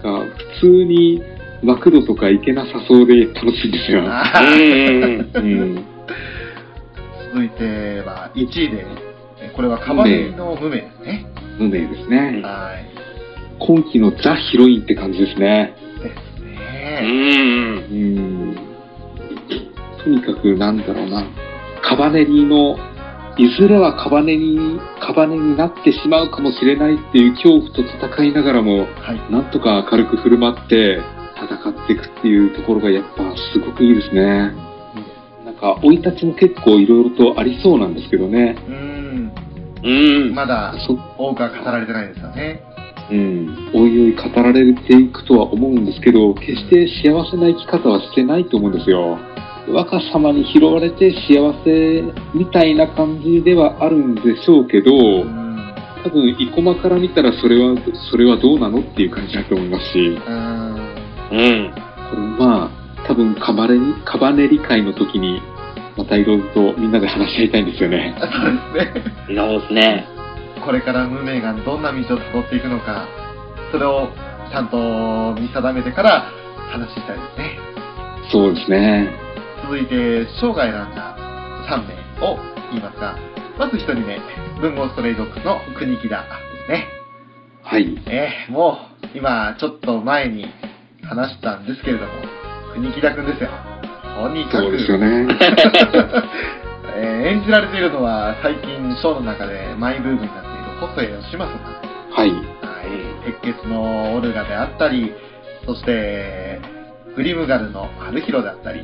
[SPEAKER 3] か、普通にマクドとか行けなさそうで楽しいんですよ。
[SPEAKER 2] う
[SPEAKER 1] あー
[SPEAKER 2] んうん
[SPEAKER 3] うん。
[SPEAKER 1] 続いては1位で、えこれはカバディの無名ですね。
[SPEAKER 3] 無名ですね。
[SPEAKER 1] はい。
[SPEAKER 3] 今季のザ・ヒロインって感じですね。
[SPEAKER 1] です
[SPEAKER 2] うん。う
[SPEAKER 1] ね。
[SPEAKER 2] ん
[SPEAKER 3] うん。とにかく、なんだろうな。カバネリの、いずれはカバネリ、カバネになってしまうかもしれないっていう恐怖と戦いながらも、
[SPEAKER 1] はい。
[SPEAKER 3] なんとか明るく振る舞って戦っていくっていうところがやっぱすごくいいですね。なんか、生い立ちも結構いろいろとありそうなんですけどね。
[SPEAKER 1] うーん。
[SPEAKER 2] うん。
[SPEAKER 1] まだ
[SPEAKER 3] そ
[SPEAKER 1] 多くは語られてないですよね。
[SPEAKER 3] うん、おいおい語られていくとは思うんですけど決して幸せな生き方はしてないと思うんですよ若さまに拾われて幸せみたいな感じではあるんでしょうけど
[SPEAKER 1] うん。
[SPEAKER 3] 多分生駒から見たらそれはそれはどうなのっていう感じだと思いますし
[SPEAKER 1] うーん。
[SPEAKER 2] うん。
[SPEAKER 3] これまあ多分カバレリカバネリ会の時にまたいろいろとみんなで話し合いたいんですよね
[SPEAKER 1] そうですね。
[SPEAKER 2] そうですね。
[SPEAKER 1] これから無名がどんな道を辿っていくのか、それをちゃんと見定めてから話したいですね。
[SPEAKER 3] そうですね
[SPEAKER 1] 続いて、生涯選んだ3名を言いますが、まず1人目、文豪ストレイドッグスの国木田ですね。
[SPEAKER 3] はい
[SPEAKER 1] えー、もう、今、ちょっと前に話したんですけれども、国木田くんですよ。とにか
[SPEAKER 3] そう
[SPEAKER 1] く、
[SPEAKER 3] ですよね
[SPEAKER 1] <laughs> えー演じられているのは、最近、ショーの中でマイブームになっている細江義正さん
[SPEAKER 3] はい
[SPEAKER 1] はい、鉄血のオルガであったり、そして、グリムガルの春広であったり、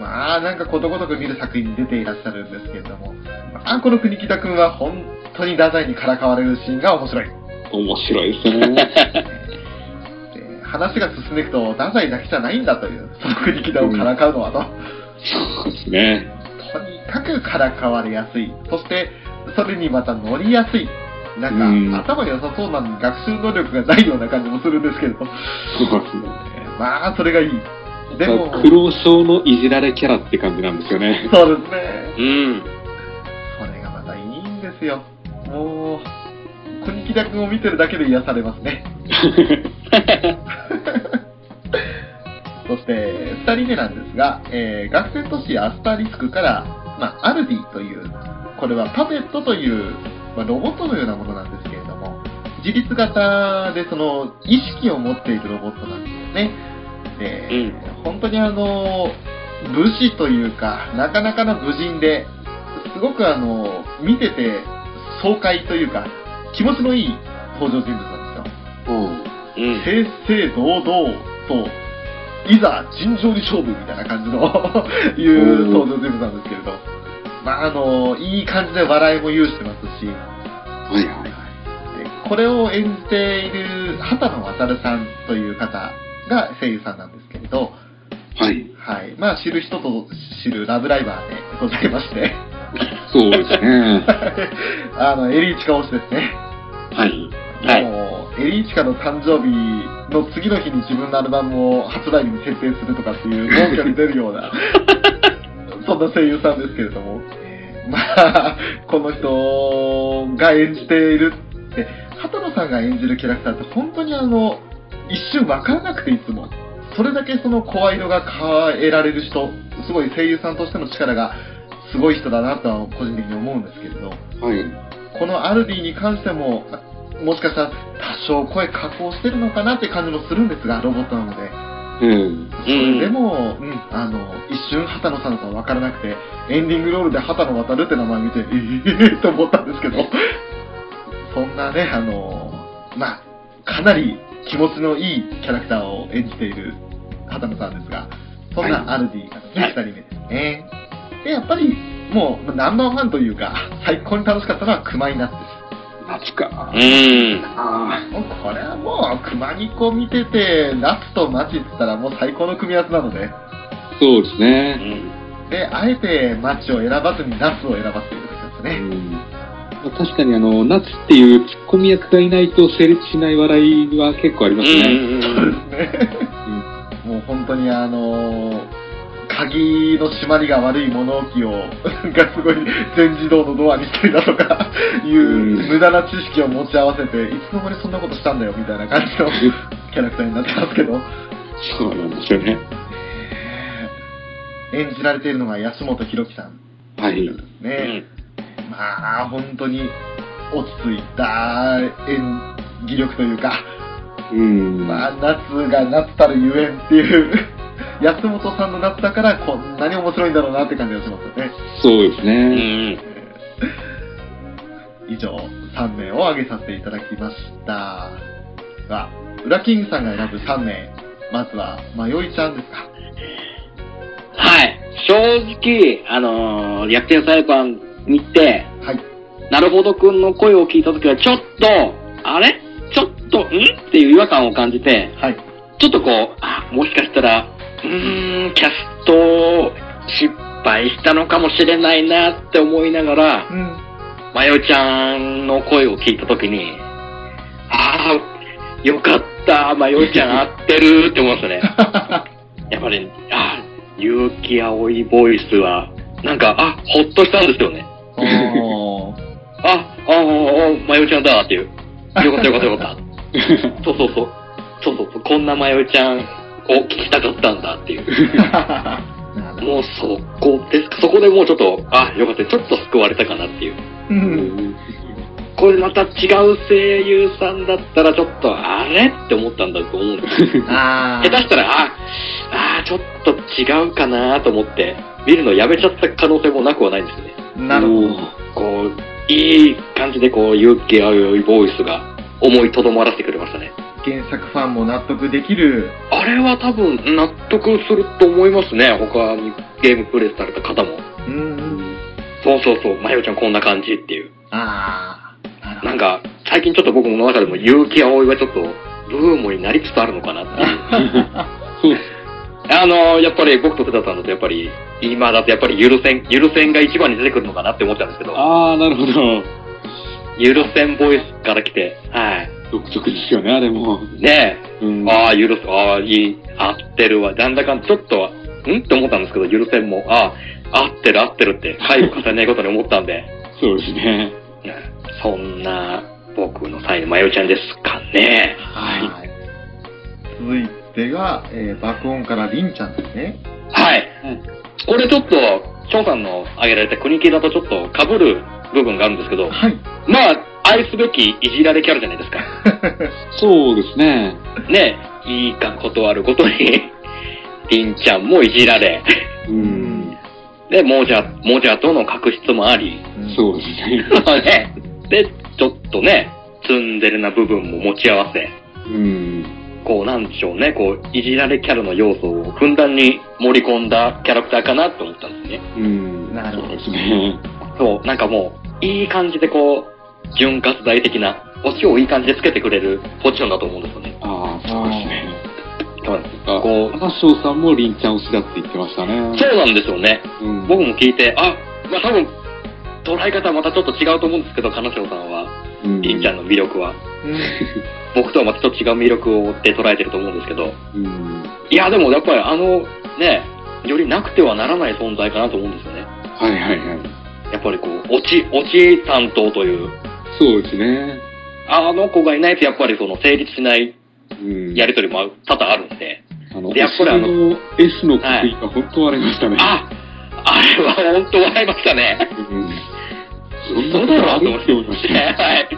[SPEAKER 1] まあ、なんかことごとく見る作品に出ていらっしゃるんですけれども、まあ、この国木田くんは本当に太宰にからかわれるシーンが面白い。
[SPEAKER 3] 面白いですよね
[SPEAKER 1] で話が進んでいくと、太宰だけじゃないんだという、その国木田をからかうのはと。
[SPEAKER 3] そうですね
[SPEAKER 1] とにかくからかわれやすい。そして、それにまた乗りやすい。なんか、
[SPEAKER 3] うん
[SPEAKER 1] 頭良さそうなのに学習能力がないような感じもするんですけれど。
[SPEAKER 3] そうですね。
[SPEAKER 1] まあ、それがいい。でも、
[SPEAKER 3] 苦労症のいじられキャラって感じなんですよね。
[SPEAKER 1] そうですね。
[SPEAKER 2] うん。
[SPEAKER 1] それがまたいいんですよ。もう、国木田君を見てるだけで癒されますね。 <laughs> そして、2人目なんですが、えー学生都市アスタリスクから、まあ、アルディという、これはパペットという、まあ、ロボットのようなものなんですけれども、自立型でその意識を持っているロボットなんですよね。で、
[SPEAKER 2] うん
[SPEAKER 1] 本当にあの、武士というか、なかなかの武人で、すごくあの、見てて爽快というか、気持ちのいい登場人物なんですよ。
[SPEAKER 3] うん。
[SPEAKER 2] うん。
[SPEAKER 1] 正々堂々と、いざ尋常に勝負みたいな感じの <laughs> いう登場人物なんですけれど、まあ、あの、いい感じで笑いも有してますし、で
[SPEAKER 3] はいはい。
[SPEAKER 1] これを演じている畑野渉さんという方が声優さんなんですけれど、
[SPEAKER 3] はい。
[SPEAKER 1] はい。まあ、知る人と知るラブライバーでございまして、 <laughs>
[SPEAKER 3] そうですね。
[SPEAKER 1] あの、エリーチカ推しですね。
[SPEAKER 3] はい。
[SPEAKER 2] はい
[SPEAKER 1] もう、エリーチカの誕生日の次の日に自分のアルバムを発売日に設定するとかっていう根拠に出るような、そんな声優さんですけれども、えーまあ、この人が演じているって、畑野さんが演じるキャラクターって本当にあの、一瞬わからなくていつも。それだけその声色が変えられる人、すごい声優さんとしての力がすごい人だなとは個人的に思うんですけれど、
[SPEAKER 3] はい。
[SPEAKER 1] このアルディに関しても、もしかしたら多少声加工してるのかなって感じもするんですが、ロボットなので。
[SPEAKER 3] うん。
[SPEAKER 1] それでも、うんあの一瞬畑野さんとは分からなくてエンディングロールで畑野渡るって名前見てええー、と思ったんですけどそんなねあのまあかなり気持ちのいいキャラクターを演じている畑野さんですがそんなアルディがですね、
[SPEAKER 2] はい
[SPEAKER 1] 2人目ですね、でやっぱりもうナンバーワンというか最高に楽しかったのは熊井夏です
[SPEAKER 3] 夏か。
[SPEAKER 2] うん。
[SPEAKER 3] あ
[SPEAKER 1] もうこれはもう熊ニコ見てて夏とマチっつったらもう最高の組み合わせなので
[SPEAKER 3] あ、そうです
[SPEAKER 2] う
[SPEAKER 3] ね。
[SPEAKER 2] ん。
[SPEAKER 1] で、あえてマッチを選ばずにナスを選ばせていただきました
[SPEAKER 3] う
[SPEAKER 1] ね。 <laughs>
[SPEAKER 3] ん確かにあの、夏っていうツッコミ役がいないと成立しない笑いは結構あり
[SPEAKER 2] う
[SPEAKER 3] ますね。
[SPEAKER 2] ん。
[SPEAKER 1] もう本当にあのー鍵の締まりが悪い物置をがすごい全自動のドアにしたりだとかいう
[SPEAKER 3] うん
[SPEAKER 1] 無駄な知識を持ち合わせていつの間にそんなことしたんだよみたいな感じのキャラクターになってますけど
[SPEAKER 3] そうなんですよね。
[SPEAKER 1] 演じられているのが安本博樹さん
[SPEAKER 3] はい。
[SPEAKER 1] ね、まあ、本当に落ち着いた演技力というか、
[SPEAKER 3] うん。
[SPEAKER 1] まあ、夏が夏たるゆえんっていう、 <laughs> 安本さんの夏だからこんなに面白いんだろうなって感じがしますよね。
[SPEAKER 3] そうです
[SPEAKER 2] う
[SPEAKER 3] ね。
[SPEAKER 2] ん。
[SPEAKER 1] 以上、3名を挙げさせていただきました。では、裏キングさんが選ぶ3名、まずは、まよいちゃんですか。
[SPEAKER 2] はい。正直、あのー、逆転裁判見て、
[SPEAKER 1] はい。
[SPEAKER 2] なるほどくんの声を聞いたときは、ちょっと、あれちょっと、んっていう違和感を感じて、
[SPEAKER 1] はい。
[SPEAKER 2] ちょっとこう、あ、もしかしたら、うーん、キャスト失敗したのかもしれないなって思いながら、
[SPEAKER 1] うん。
[SPEAKER 2] まよちゃんの声を聞いたときに、ああ、よかった、まよちゃん合ってるって思いましたね。
[SPEAKER 1] <laughs>
[SPEAKER 2] やっぱり、ああ、結城葵ボイスは、なんか、あ、ほっとしたんですよね。
[SPEAKER 1] おー。
[SPEAKER 2] あ、ああ、あまよちゃんだっていう。よかったよかったよか
[SPEAKER 3] <laughs>
[SPEAKER 2] った。そうそうそう。そうそうそう。こんなまよちゃんを聞きたかったんだっていう。
[SPEAKER 1] なるほど
[SPEAKER 2] もうそこですか。そこでもうちょっと、あ、よかった。ちょっと救われたかなっていう。
[SPEAKER 1] <laughs> う。
[SPEAKER 3] うんん
[SPEAKER 2] これまた違う声優さんだったらちょっとあれって思ったんだと思うんですよ
[SPEAKER 1] あー
[SPEAKER 2] 下手したら <laughs> ああーちょっと違うかなと思って見るのやめちゃった可能性もなくはないんですよね
[SPEAKER 1] なるほど。
[SPEAKER 2] こういい感じでこう勇気あるボイスが思いとどまらせてくれましたね
[SPEAKER 1] 原作ファンも納得できる、
[SPEAKER 2] あれは多分納得すると思いますね他にゲームプレイされた方も
[SPEAKER 1] うんうん、
[SPEAKER 2] そうそうそうまよちゃんこんな感じっていう
[SPEAKER 1] ああ、なるほ
[SPEAKER 2] なんか最近ちょっと僕の中でも結城葵はちょっとブームになりつつあるのかなっていう
[SPEAKER 1] <laughs>
[SPEAKER 3] そうです
[SPEAKER 2] あのやっぱり僕と須田さんだとやっぱり、今だとやっぱりゆるせん、ゆるせんが一番に出てくるのかなって思ったんですけど、
[SPEAKER 3] <laughs> ああ、なるほど。
[SPEAKER 2] ゆるせんボイスから来て、はい。
[SPEAKER 3] 独特ですよね、あれも。
[SPEAKER 2] ね
[SPEAKER 3] うん
[SPEAKER 2] え、ああ、ゆるせああ、いい、合ってるわ。なんだかん、ちょっと、んって思ったんですけど、ゆるせんも、ああ、合ってる合ってるって、回を重ねることに思ったんで、
[SPEAKER 3] そうですね。
[SPEAKER 2] うんそんな僕の際のまよちゃんですかね。
[SPEAKER 1] ど。はい。続いてが、えー爆音からりんちゃんですね。
[SPEAKER 2] はい。これちょっと、翔さんの挙げられた国系だとちょっと被る部分があるんですけど、
[SPEAKER 1] はい。
[SPEAKER 2] まあ、愛すべきいじられキャラじゃないですか。
[SPEAKER 3] そうですね。
[SPEAKER 2] ねえ、いいか、断ることに、りんちゃんもいじられ、
[SPEAKER 3] うん。
[SPEAKER 2] で、もじゃ、もじゃとの確執もあり、
[SPEAKER 3] そうですね。
[SPEAKER 2] ね、で、ちょっとね、ツンデレな部分も持ち合わせ、
[SPEAKER 3] うん。
[SPEAKER 2] こう、なんでしょうね、こう、いじられキャラの要素をふんだんに盛り込んだキャラクターかなと思ったんですね。
[SPEAKER 3] うん。
[SPEAKER 1] なるほ
[SPEAKER 3] そう
[SPEAKER 1] ど
[SPEAKER 3] ですね。
[SPEAKER 2] そう、なんかもう、いい感じでこう、潤滑剤的な、オチをいい感じでつけてくれるポジションだと思うんですよね。
[SPEAKER 3] ああ、そうですね。
[SPEAKER 2] そうなんですよ
[SPEAKER 3] あ
[SPEAKER 2] こう
[SPEAKER 3] 花翔さんも凛ちゃん推しだって言ってましたね。
[SPEAKER 2] そうなんですよね。
[SPEAKER 3] うん。
[SPEAKER 2] 僕も聞いて、あ、まあ多分、捉え方はまたちょっと違うと思うんですけど、金城さんは、
[SPEAKER 3] うん、
[SPEAKER 2] りんちゃん
[SPEAKER 3] の。
[SPEAKER 2] の魅力は。
[SPEAKER 1] うん
[SPEAKER 2] 僕とはまたちょっと違う魅力を追って捉えてると思うんですけど、
[SPEAKER 3] <laughs> うん。
[SPEAKER 2] いや、でもやっぱりあの、ね、よりなくてはならない存在かなと思うんですよね。
[SPEAKER 3] はいはいはい。
[SPEAKER 2] やっぱりこう、落ち、落ち担当という、
[SPEAKER 3] そうですね。
[SPEAKER 2] あの子がいないとやっぱりその成立しない
[SPEAKER 3] うん。
[SPEAKER 2] やりとりも多々あるんで、
[SPEAKER 3] あの、
[SPEAKER 2] でやっぱりあの
[SPEAKER 3] 推しの S の刻印が本当割れましたね。
[SPEAKER 2] あ、あれは本当笑いましたね。
[SPEAKER 3] うん。そんなことあるって思いましたね。
[SPEAKER 2] はい。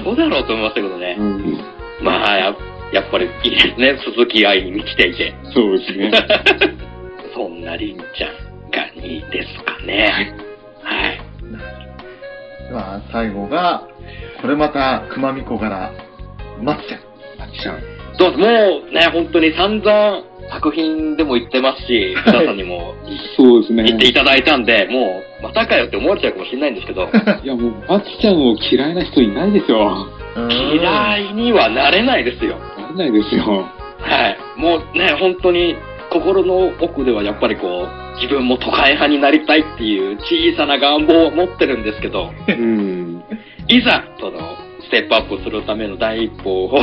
[SPEAKER 2] 嘘だろうと思いましたけどね。
[SPEAKER 3] うん。
[SPEAKER 2] まあ、やっやっぱりいいですね。鈴木愛に満ちていて。
[SPEAKER 3] そうですね。
[SPEAKER 2] そんなりんちゃんが2位ですかね。はい。
[SPEAKER 1] まあ、最後が、これまた、熊美子から、松ちゃん。
[SPEAKER 3] マキちゃん。
[SPEAKER 2] どうですもうね、本当に散々作品でも言ってますし、福田さんにも
[SPEAKER 3] そうです
[SPEAKER 2] 言ってい
[SPEAKER 3] <laughs> ね。
[SPEAKER 2] ただいたんで、もう、またかよって思われちゃうかもしれないんですけど、
[SPEAKER 3] いやもう、マキちゃんを嫌いな人いないですよ。
[SPEAKER 2] 嫌
[SPEAKER 1] い。
[SPEAKER 2] いにはなれないですよ。
[SPEAKER 3] なれないですよ。
[SPEAKER 2] はい。もうね、本当に心の奥ではやっぱりこう、自分も都会派になりたいっていう小さな願望を持ってるんですけど、
[SPEAKER 3] うん。
[SPEAKER 2] いざ、その、ステップアップするための第一歩を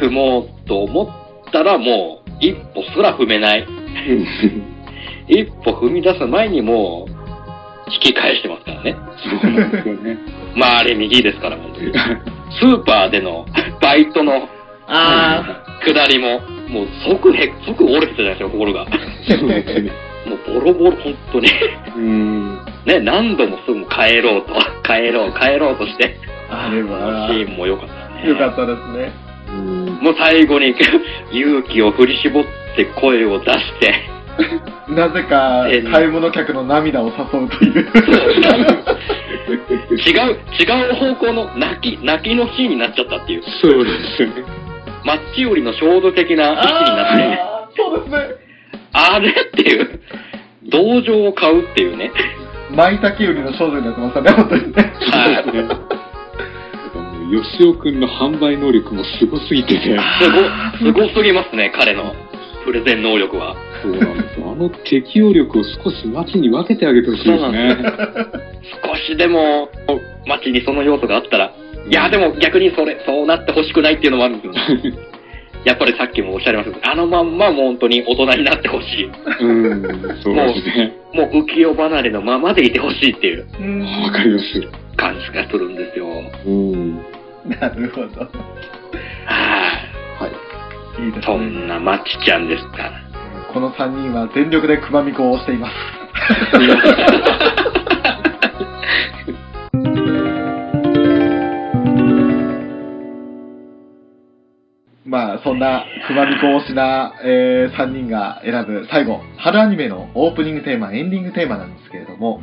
[SPEAKER 2] 踏もうと思ったら、もう、一歩すら踏めない。一歩踏み出す前にもう、引き返してますからね。
[SPEAKER 3] そうなんですよね。 <laughs>
[SPEAKER 2] まあ、あれ右ですから、本当に。スーパーでのバイトの
[SPEAKER 1] <laughs> あ
[SPEAKER 2] 下りも、もう即へ、即折れてたじゃないですか、心が。
[SPEAKER 3] そうですね。
[SPEAKER 2] もうボロボロ、本当に。 <laughs>
[SPEAKER 3] うん。
[SPEAKER 2] ね、何度もすぐ帰ろうと、 <laughs> 帰ろう、帰ろうとして、
[SPEAKER 1] あ、あれ
[SPEAKER 2] シ
[SPEAKER 1] は、
[SPEAKER 2] ーンも良かったね。
[SPEAKER 1] よかったですね。
[SPEAKER 3] うん
[SPEAKER 2] もう最後に <laughs> 勇気を振り絞って声を出して、
[SPEAKER 1] なぜか、
[SPEAKER 2] えー
[SPEAKER 1] 買い物客の涙を誘うという。 <laughs>
[SPEAKER 2] 違う、違う方向の泣き、泣きのシーンになっちゃったっていう、
[SPEAKER 3] そうですよね。
[SPEAKER 2] マッチ売りの衝動的な意識になって、
[SPEAKER 1] あーそうですね。
[SPEAKER 2] あれっていう、同情を買うっていうね。
[SPEAKER 1] 舞茸売りの少女になってましたね、本当にね。
[SPEAKER 2] はい。
[SPEAKER 3] 吉尾くんの販売能力もすごすぎてて。
[SPEAKER 2] すご、すごすぎますね、彼のプレゼン能力は。
[SPEAKER 3] そうなんですよ。あの適応力を少し街に分けてあげてほしいですね。
[SPEAKER 2] 少しでも、街にその要素があったら、いや、でも逆にそれ、そうなってほしくないっていうのもあるんですよね。やっぱりさっきもおっしゃいましたけど、あのまんまもう本当に大人になってほしい。
[SPEAKER 3] うん、そうですね。
[SPEAKER 2] もう浮世離れのままでいてほしいっていう
[SPEAKER 1] うん
[SPEAKER 3] わかります。
[SPEAKER 2] 感じがするんですよ。はい、
[SPEAKER 3] うん。
[SPEAKER 1] なるほど。
[SPEAKER 3] はい。
[SPEAKER 1] いいです
[SPEAKER 2] そ
[SPEAKER 1] ね。
[SPEAKER 2] んなまちちゃんですか。
[SPEAKER 1] この3人は全力で熊みこをしてい <laughs> ます。まあ、そんな熊みこ推しな、え3人が選ぶ最後、春アニメのオープニングテーマ、エンディングテーマなんですけれども、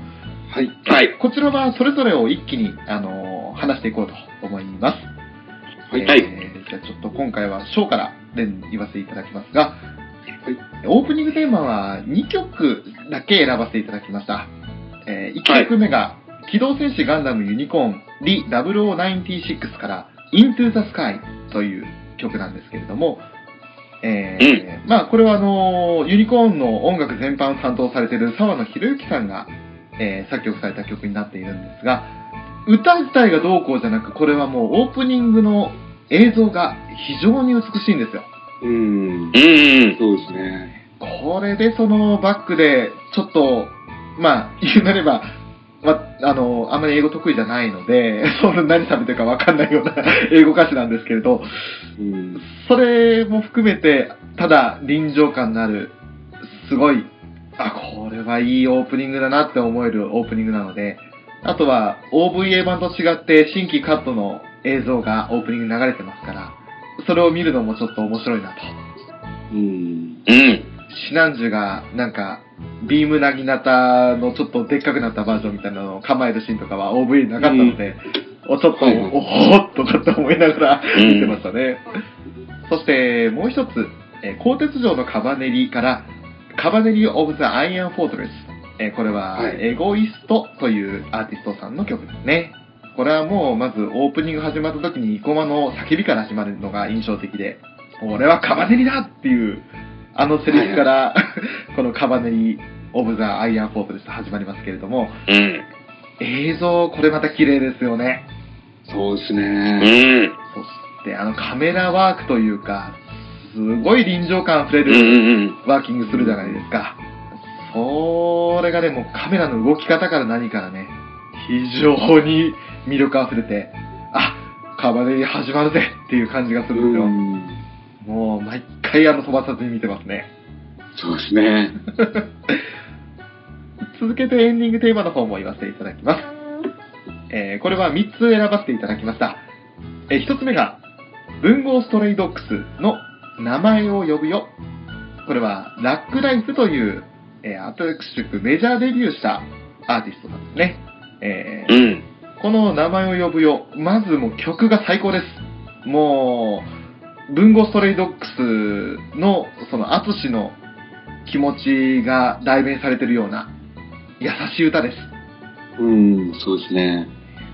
[SPEAKER 3] はい。
[SPEAKER 2] はい。
[SPEAKER 1] こちらはそれぞれを一気に、あのー話していこうと思います。
[SPEAKER 2] はい
[SPEAKER 1] えーじゃあちょっと今回は章から連言わせていただきますが、オープニングテーマは2曲だけ選ばせていただきました。え1曲目が、機動戦士ガンダムユニコーンリ0096から Into the Sky という曲なんですけれども、えーまあこれはあのーユニコーンの音楽全般を担当されている沢野博之さんが、えー作曲された曲になっているんですが、歌自体がどうこうじゃなく、これはもうオープニングの映像が非常に美しいんですよ。
[SPEAKER 3] うん
[SPEAKER 2] う。ん。
[SPEAKER 3] そうですね。
[SPEAKER 1] これでそのバックで、ちょっと、まあ、言うなれば、まあ、あの、あんまり英語得意じゃないので、 <laughs> その何喋ってるかわかんないような英語歌詞なんですけれど、
[SPEAKER 3] うん。
[SPEAKER 1] それも含めて、ただ臨場感のある、すごい、あ、これはいいオープニングだなって思えるオープニングなので、あとは OVA 版と違って新規カットの映像がオープニングに流れてますから、それを見るのもちょっと面白いなと。
[SPEAKER 3] うん。
[SPEAKER 2] うん。
[SPEAKER 1] シナンジュがなんか、ビームなぎなたのちょっとでっかくなったバージョンみたいなのを構えるシーンとかは OVA なかったので、おちょっと、
[SPEAKER 3] はいはい
[SPEAKER 1] おほーっとかって思いながら <laughs>
[SPEAKER 2] う
[SPEAKER 1] 見てま
[SPEAKER 2] ん
[SPEAKER 1] し。たね。そしてもう一つ、えー鋼鉄城のカバネリから、カバネリ・オブ・ザ・アイアン・フォートレス。えーこれは、
[SPEAKER 3] はい
[SPEAKER 1] エゴイストというアーティストさんの曲ですね。これはもうまずオープニング始まった時に生駒の叫びから始まるのが印象的で、俺はカバネリだっていう、あのセリフから、 <laughs> このカバネリ・オブ・ザ・アイアン・フォートレス始まりますけれども、
[SPEAKER 2] うん。
[SPEAKER 1] 映像、これまた綺麗ですよね。
[SPEAKER 3] そうです
[SPEAKER 2] う
[SPEAKER 3] ね。
[SPEAKER 2] ん。
[SPEAKER 1] そして、あのカメラワークというか、すごい臨場感あふれ
[SPEAKER 2] うん。う
[SPEAKER 1] る
[SPEAKER 2] ん。
[SPEAKER 1] ワーキングするじゃないですか。それがね、もうカメラの動き方から何からね、非常に魅力あふれて、あ、カバネリ始まるぜっていう感じがするんですよ。
[SPEAKER 3] うん。
[SPEAKER 1] もう毎回あの飛ばさずに見てますね。
[SPEAKER 3] そうですね。
[SPEAKER 1] 続けてエンディングテーマの方も言わせていただきます。えーこれは3つ選ばせていただきました。え1つ目が、文豪ストレイドッグスの名前を呼ぶよ。これは、ラックライフという、えー、新しくメジャーデビューしたアーティストなんですね。えー
[SPEAKER 2] うん。
[SPEAKER 1] この名前を呼ぶよ。まずもう曲が最高です。もう、文豪ストレイドッグスの、その、アツシの気持ちが代弁されてるような、優しい歌です。
[SPEAKER 3] うん、そうですね。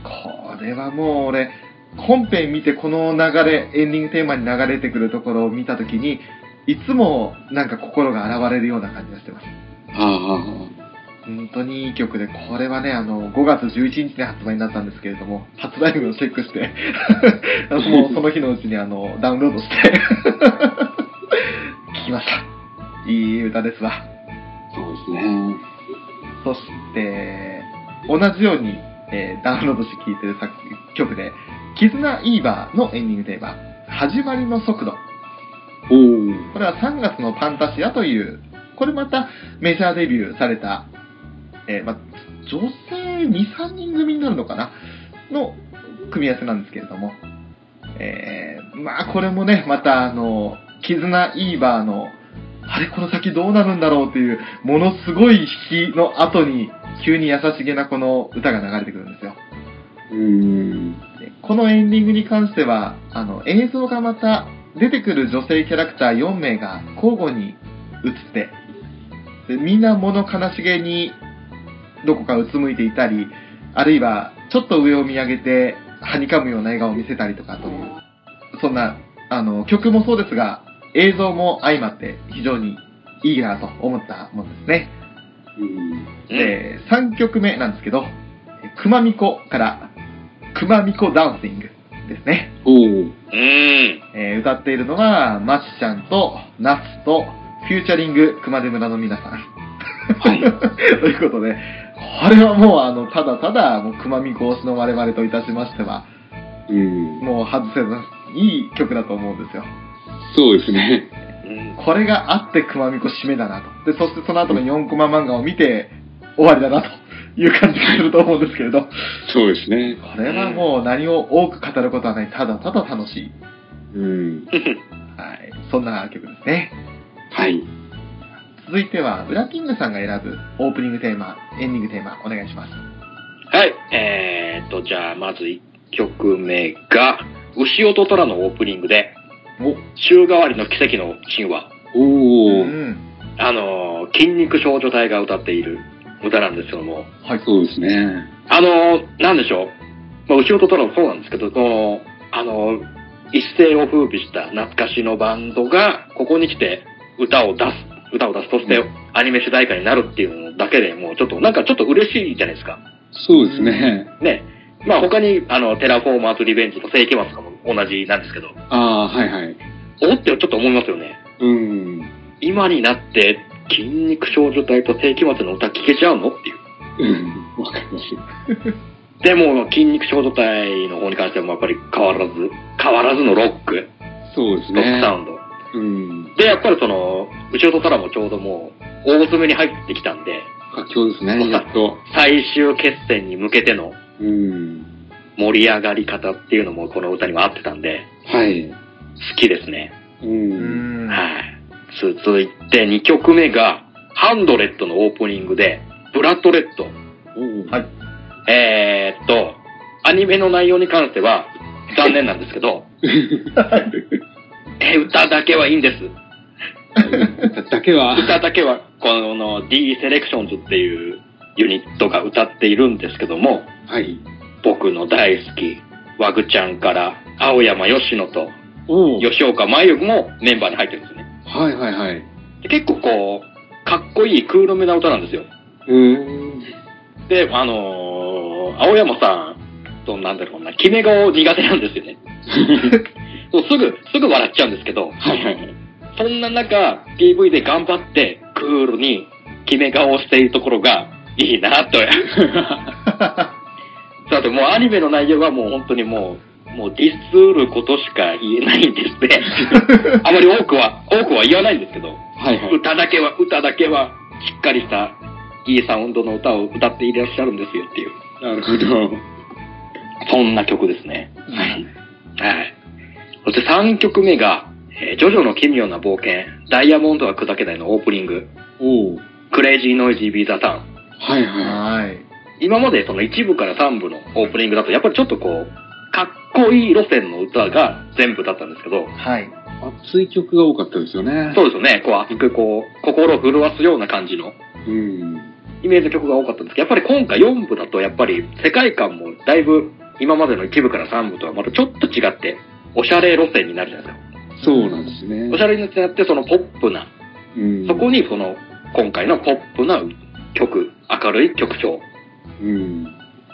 [SPEAKER 1] これはもう俺、本編見てこの流れ、エンディングテーマに流れてくるところを見たときに、いつもなんか心が洗われるような感じがしてます。
[SPEAKER 3] はあ、は
[SPEAKER 1] 本当にいい曲で、これはね、あの、5月11日に発売になったんですけれども、発売日をチェックして、 <laughs> もうその日のうちにあの、ダウンロードして、聴きました。いい歌ですわ。
[SPEAKER 3] あ、そうですね。
[SPEAKER 1] そして、同じように、えーダウンロードして聴いてる作曲で、絆イーバーのエンディングテーマ、始まりの速度。
[SPEAKER 3] おお、
[SPEAKER 1] これは3月のパンタシアという、これまたメジャーデビューされた、えーま、女性2、3人組になるのかなの組み合わせなんですけれども、えーまあこれもね、またあの、絆イーバーの、あれこの先どうなるんだろうっていう、ものすごい引きの後に、急に優しげなこの歌が流れてくるんですよ。
[SPEAKER 3] うん、
[SPEAKER 1] でこのエンディングに関しては、あの、映像がまた出てくる女性キャラクター4名が交互に映って、でみんな物悲しげにどこかうつむいていたり、あるいはちょっと上を見上げてはにかむような笑顔を見せたりとかという、そんな、あの、曲もそうですが、映像も相まって非常にいいなと思ったもんですね。
[SPEAKER 3] うん、
[SPEAKER 2] うん。
[SPEAKER 1] えー3曲目なんですけど、えーくまみこから、くまみこダンシングですね。
[SPEAKER 3] おお、
[SPEAKER 2] うん。
[SPEAKER 1] えー歌っているのは、まちちゃんと、なつと、フューチャリング、熊手村の皆さん。
[SPEAKER 3] はい。
[SPEAKER 1] <laughs> ということで、これはもう、あの、ただただ、もう、くまみこ推しの我々といたしましては、
[SPEAKER 3] うん、
[SPEAKER 1] もう外せない、いい曲だと思うんですよ。
[SPEAKER 3] そうですね。
[SPEAKER 2] うん。
[SPEAKER 1] これがあって、くまみこ締めだなと。で、そしてその後の4コマ漫画を見て、終わりだなという感じがすると思うんですけれど。
[SPEAKER 3] そうですね。
[SPEAKER 1] これはもう何を多く語ることはない、ただただ楽しい。
[SPEAKER 3] うん、
[SPEAKER 1] はい。そんな曲ですね。
[SPEAKER 3] はい。
[SPEAKER 1] 続いては、ウラキングさんが選ぶオープニングテーマ、エンディングテーマ、お願いします。
[SPEAKER 2] はい。えーっと、じゃあ、まず1曲目が、牛音虎のオープニングで、
[SPEAKER 1] お、
[SPEAKER 2] 週替わりの奇跡の神話。
[SPEAKER 1] う
[SPEAKER 3] おお、
[SPEAKER 1] ん。
[SPEAKER 2] あのー、筋肉少女隊が歌っている歌なんですけども、
[SPEAKER 1] はい。
[SPEAKER 3] そうですね。
[SPEAKER 2] あのー、なんでしょう。まあ、後ろとトラもそうなんですけど、この、あのー、一世を風靡した懐かしのバンドが、ここに来て歌を出す、歌を出すとして、アニメ主題歌になるっていうのだけでもうちょっと、なんかちょっと嬉しいじゃないですか。
[SPEAKER 3] そうですね。
[SPEAKER 2] ね。まあ他に、あの、テラフォーマーとリベンジと世紀末とかも同じなんですけど、
[SPEAKER 3] ああー、はいはい。
[SPEAKER 2] おってちょっと思いますよね。
[SPEAKER 3] うん。
[SPEAKER 2] 今になって、筋肉少女隊と世紀末の歌聴けちゃうのっていう。
[SPEAKER 3] うんわかります。
[SPEAKER 2] でも、筋肉少女隊の方に関してはもうやっぱり変わらず、変わらずのロック、
[SPEAKER 3] そうです
[SPEAKER 2] ロック
[SPEAKER 3] ね
[SPEAKER 2] サ。ウンド。
[SPEAKER 3] うん。
[SPEAKER 2] で、やっぱりその、後ろからもちょうどもう、大詰めに入ってきたんで、
[SPEAKER 3] 佳境ですね、やっと。
[SPEAKER 2] 最終決戦に向けての
[SPEAKER 3] うん。
[SPEAKER 2] 盛り上がり方っていうのもこの歌には合ってたんで、
[SPEAKER 3] はい。
[SPEAKER 2] 好きですね。
[SPEAKER 3] う。
[SPEAKER 1] うんん。
[SPEAKER 2] はい。続いて2曲目が、ハンドレッドのオープニングで、ブラッドレッド。
[SPEAKER 3] おー
[SPEAKER 1] はい
[SPEAKER 2] えーっと、アニメの内容に関しては、残念なんですけど、え歌だけはいいんです。
[SPEAKER 3] だけは。
[SPEAKER 2] 歌だけは、この D セレクションズっていうユニットが歌っているんですけども、
[SPEAKER 3] はい。
[SPEAKER 2] 僕の大好き、ワグちゃんから、青山吉野と、
[SPEAKER 3] おお。
[SPEAKER 2] 吉岡真由もメンバーに入ってるんですね。
[SPEAKER 3] はいはいはい。
[SPEAKER 2] で結構こう、かっこいいクールめな歌なんですよ。
[SPEAKER 3] うん。
[SPEAKER 2] で、あのー青山さんと、なんだろうな、決め顔苦手なんですよね。もうすぐ、すぐ笑っちゃうんですけど、
[SPEAKER 3] はいはい。
[SPEAKER 2] そんな中、PV で頑張って、クールに決め顔をしているところが、いい
[SPEAKER 3] <laughs>
[SPEAKER 2] なと。だってもうアニメの内容はもう本当にもう、もうディスることしか言えないんですね。
[SPEAKER 3] <laughs>
[SPEAKER 2] あまり多くは、多くは言わないんですけど、
[SPEAKER 3] はいはい。
[SPEAKER 2] 歌だけは、歌だけは、しっかりした、いいサウンドの歌を歌っていらっしゃるんですよっていう、
[SPEAKER 3] なるほど。
[SPEAKER 2] そんな曲ですね。
[SPEAKER 1] はい。
[SPEAKER 2] はい。そして3曲目が、えージョジョの奇妙な冒険、ダイヤモンドは砕けないのオープニング、
[SPEAKER 3] おう
[SPEAKER 2] クレイジーノイジービーザターン。
[SPEAKER 3] はいは
[SPEAKER 1] はい。
[SPEAKER 2] 今までその1部から3部のオープニングだと、やっぱりちょっとこう、かっこいい路線の歌が全部だったんですけど、
[SPEAKER 1] はい。
[SPEAKER 3] い。熱い曲が多かったですよね。
[SPEAKER 2] そうですよね、こう熱くこう、心を震わすような感じの
[SPEAKER 3] うん。
[SPEAKER 2] イメージの曲が多かったんですけど、やっぱり今回4部だと、やっぱり世界観もだいぶ今までの1部から3部とはまたちょっと違って、おしゃれ路線になるじゃないですか。
[SPEAKER 3] そうなんですね。
[SPEAKER 2] おしゃれになって、そのポップな、
[SPEAKER 3] うん、
[SPEAKER 2] そこにその今回のポップな曲、明るい曲調
[SPEAKER 3] うん。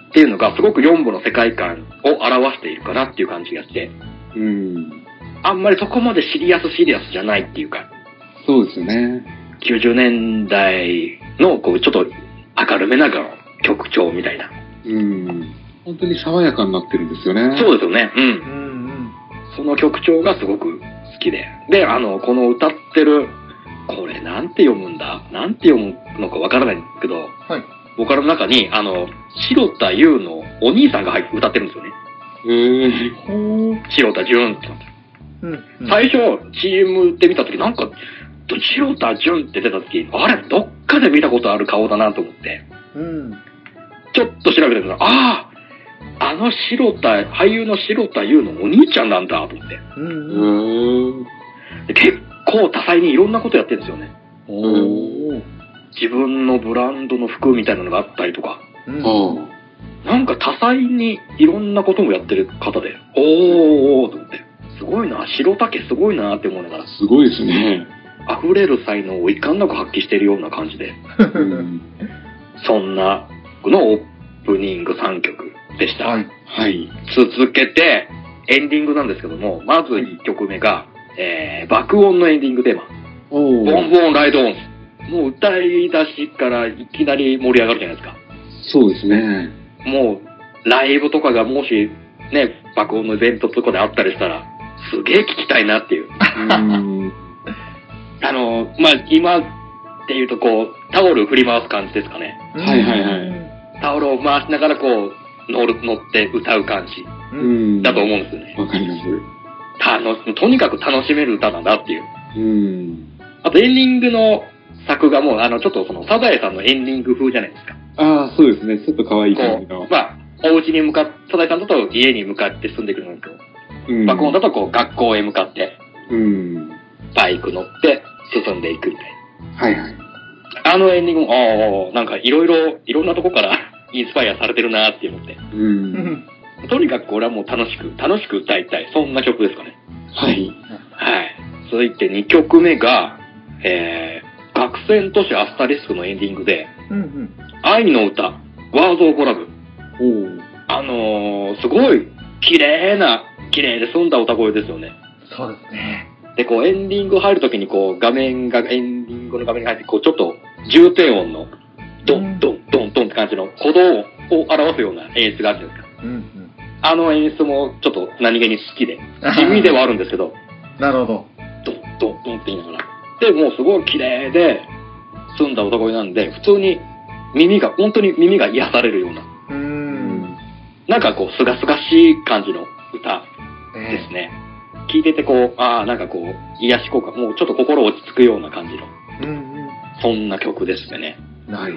[SPEAKER 2] っていうのがすごく4部の世界観を表しているかなっていう感じがして、
[SPEAKER 3] うん。
[SPEAKER 2] あんまりそこまでシリアスシリアスじゃないっていうか、
[SPEAKER 3] そうですよね。
[SPEAKER 2] 90年代のこうちょっと明るめな曲調みたいな。
[SPEAKER 3] うん。本当に爽やかになってるんですよね。
[SPEAKER 2] そうですよね。うん
[SPEAKER 1] う。ん
[SPEAKER 2] その曲調がすごく好きで。で、あの、この歌ってる、これなんて読むんだなんて読むのかわからないんですけど、
[SPEAKER 1] はい
[SPEAKER 2] ボカロの中に、あの、白田優のお兄さんが入って歌ってるんですよね。
[SPEAKER 3] へえ
[SPEAKER 1] うん。ほう。
[SPEAKER 2] 白田純って。
[SPEAKER 1] うん、うん。
[SPEAKER 2] 最初、CM で見た時なんか、白田純って出た時あれ、どっかで見たことある顔だなと思って、
[SPEAKER 1] うん。
[SPEAKER 2] ちょっと調べてみたら、あああの白田、俳優の白田優のお兄ちゃんなんだと思って。
[SPEAKER 1] うん。うん。
[SPEAKER 3] うん。
[SPEAKER 2] で結構多彩にいろんなことやってるんですよね。
[SPEAKER 1] おー。
[SPEAKER 2] 自分のブランドの服みたいなのがあったりとか、
[SPEAKER 1] うん。
[SPEAKER 3] ああ。
[SPEAKER 2] なんか多彩にいろんなこともやってる方で、おーおーおーと思って、すごいな、白竹すごいなって思いながら、
[SPEAKER 3] すごいですね。
[SPEAKER 2] 溢れる才能をいかんなく発揮してるような感じで、
[SPEAKER 3] うん。
[SPEAKER 2] そんなのオープニング3曲でした。
[SPEAKER 1] はい。
[SPEAKER 3] はい。
[SPEAKER 2] 続けて、エンディングなんですけども、まず1曲目が、えー、爆音のエンディングテーマ、
[SPEAKER 3] お
[SPEAKER 2] ボンボンライドオン。もう歌い出しからいきなり盛り上がるじゃないですか。
[SPEAKER 3] そうですね。
[SPEAKER 2] もう、ライブとかがもし、ね、爆音のイベントとかであったりしたら、すげえ聞きたいなって
[SPEAKER 3] <laughs>
[SPEAKER 2] いう。
[SPEAKER 3] うん。
[SPEAKER 2] あの、まあ、今っていうとこう、タオル振り回す感じですかね。
[SPEAKER 3] はいはいはい
[SPEAKER 1] い。
[SPEAKER 2] タオルを回しながらこう、乗る、乗って歌う感じ
[SPEAKER 3] うん。
[SPEAKER 2] だと思うんですよね。
[SPEAKER 3] わかります。
[SPEAKER 2] 楽し、とにかく楽しめる歌だなっていう。
[SPEAKER 3] うん。
[SPEAKER 2] あとエンディングの作がもう、あの、ちょっとその、サザエさんのエンディング風じゃないですか。
[SPEAKER 3] ああ、そうですね。ちょっと可愛い感じ
[SPEAKER 2] こ
[SPEAKER 3] の
[SPEAKER 2] う、。まあ、お家に向かっ、サザエさんだと家に向かって進んでくるんですけど、
[SPEAKER 3] うん
[SPEAKER 2] 爆音だとこう、学校へ向かって、
[SPEAKER 3] うん。
[SPEAKER 2] バイク乗って進んでいくみたい
[SPEAKER 3] はいはい。
[SPEAKER 2] な。あのエンディングも、ああ、なんかいろいろ、いろんなとこから <laughs> インスパイアされてるなって思って。
[SPEAKER 3] う。
[SPEAKER 1] うん <laughs> ん。
[SPEAKER 2] とにかくこれはもう楽しく、楽しく歌いたい。そんな曲ですかね。
[SPEAKER 3] はい。
[SPEAKER 2] はい。続いて2曲目が、えー、学生都市アスタリスクのエンディングで、
[SPEAKER 1] うん。うん。
[SPEAKER 2] 愛の歌、ワードオブラブ。
[SPEAKER 3] おう
[SPEAKER 2] あのー、すごい綺麗な、綺麗で澄んだ歌声ですよね。
[SPEAKER 1] そうですね。
[SPEAKER 2] で、こうエンディング入るときにこう画面が、エンディングの画面に入って、こうちょっと重低音のドンドンドンドンって感じの鼓動を表すような演出があるじゃないですか。
[SPEAKER 1] うん。うん。
[SPEAKER 2] あの演出もちょっと何気に好きで、
[SPEAKER 1] <laughs>
[SPEAKER 2] 地味ではあるんですけど、
[SPEAKER 1] なるほど。
[SPEAKER 2] ドンドンドンって言いながら。で、もうすごい綺麗で、澄んだ男声なんで、普通に耳が、本当に耳が癒されるような、
[SPEAKER 1] うー。。
[SPEAKER 3] うん
[SPEAKER 2] なんかこう、すがすがしい感じの歌で
[SPEAKER 1] え
[SPEAKER 2] すね。聞いててこう、ああ、なんかこう、癒し効果、もうちょっと心落ち着くような感じの。
[SPEAKER 1] えうん。
[SPEAKER 2] そんな曲ですね。
[SPEAKER 1] うん。なる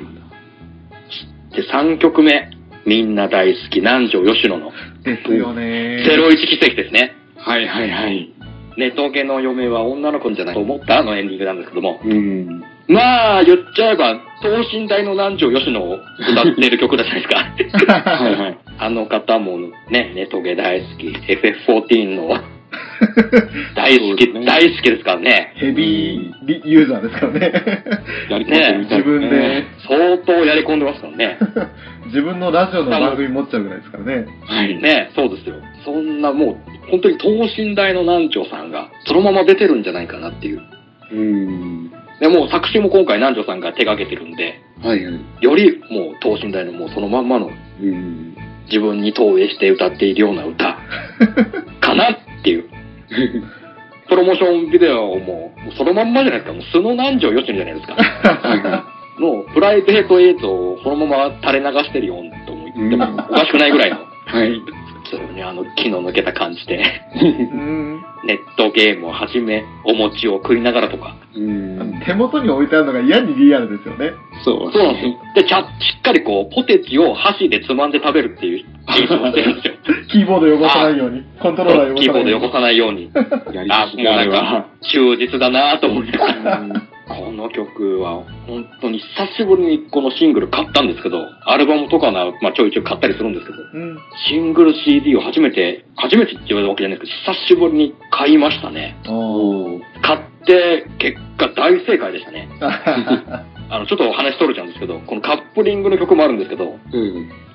[SPEAKER 1] ほ
[SPEAKER 2] で、3曲目。みんな大好き、南條吉野の
[SPEAKER 1] ど。ですよね。 <laughs>
[SPEAKER 2] 01奇跡ですね。
[SPEAKER 3] はいはいはい。
[SPEAKER 2] ネトゲの嫁は女の子じゃないと思ったあのエンディングなんですけども。
[SPEAKER 3] うん。
[SPEAKER 2] まあ、言っちゃえば、等身大の南條吉野を歌ってる曲じゃないですか。
[SPEAKER 3] <laughs> はいはい。
[SPEAKER 2] あの方もね、ネトゲ大好き、FF14 の大好
[SPEAKER 3] そうで
[SPEAKER 2] き、
[SPEAKER 3] すね
[SPEAKER 2] 大好きですからね。
[SPEAKER 1] ヘビーリユーザーですからね。 <laughs>
[SPEAKER 3] やり込んでみたい
[SPEAKER 1] 自分で。、
[SPEAKER 2] 相当やり込んでますからね。
[SPEAKER 1] 自分のラジオの番組持っちゃうぐらいですからね。
[SPEAKER 3] はい。
[SPEAKER 2] ねそうですよ。そんなもう、本当に等身大の南條さんが、そのまま出てるんじゃないかなっていう。
[SPEAKER 3] うん。
[SPEAKER 2] で、もう作詞も今回南條さんが手掛けてるんで、
[SPEAKER 3] はいはい。
[SPEAKER 2] よりもう等身大のもうそのまんまの
[SPEAKER 3] うん。
[SPEAKER 2] 自分に投影して歌っているような歌、 <laughs> かなっていう。プロモーションビデオをもう、もうそのまんまじゃないですか。もう素の南條よしじゃないですか。
[SPEAKER 3] はい
[SPEAKER 2] <laughs>
[SPEAKER 3] は
[SPEAKER 2] もうプライベート映像をそのまま垂れ流してるようなとも言ってもおかしくないぐらいの <laughs>
[SPEAKER 3] い。はい。
[SPEAKER 2] ですよね、あの気の抜けた感じで。
[SPEAKER 1] うん。
[SPEAKER 2] ネットゲームをはじめ、お餅を食いながらとか。
[SPEAKER 3] <laughs> うん。
[SPEAKER 1] 手元に置いてあるのが嫌にリアルですよね。 <laughs>
[SPEAKER 3] そう。
[SPEAKER 2] そうなんですよ。で、ちゃ、しっかりこう、ポテチを箸でつまんで食べるっていう練習をしてるんですよ。
[SPEAKER 1] キーボード汚さないように。コントローラー汚
[SPEAKER 2] キ
[SPEAKER 1] さ
[SPEAKER 2] ーボ
[SPEAKER 1] ない
[SPEAKER 2] ー
[SPEAKER 1] よう
[SPEAKER 2] ド
[SPEAKER 1] に。
[SPEAKER 2] 汚さないように。
[SPEAKER 3] やり
[SPEAKER 2] あ、も
[SPEAKER 3] す
[SPEAKER 2] う
[SPEAKER 3] ぎだあ
[SPEAKER 2] なん
[SPEAKER 3] れは
[SPEAKER 2] か。、忠実だなぁと思って。
[SPEAKER 3] うん
[SPEAKER 2] この曲は、本当に久しぶりにこのシングル買ったんですけど、アルバムとかな、まあちょいちょい買ったりするんですけど、
[SPEAKER 1] うん。
[SPEAKER 2] シングル CD を初めて、初めてって言われたわけじゃないですけど、久しぶりに買いましたね。
[SPEAKER 3] おー
[SPEAKER 2] 買って、結果大正解でしたね。
[SPEAKER 1] あ
[SPEAKER 2] あの、ちょっとお話取れちゃうんですけど、このカップリングの曲もあるんですけど、
[SPEAKER 3] うん。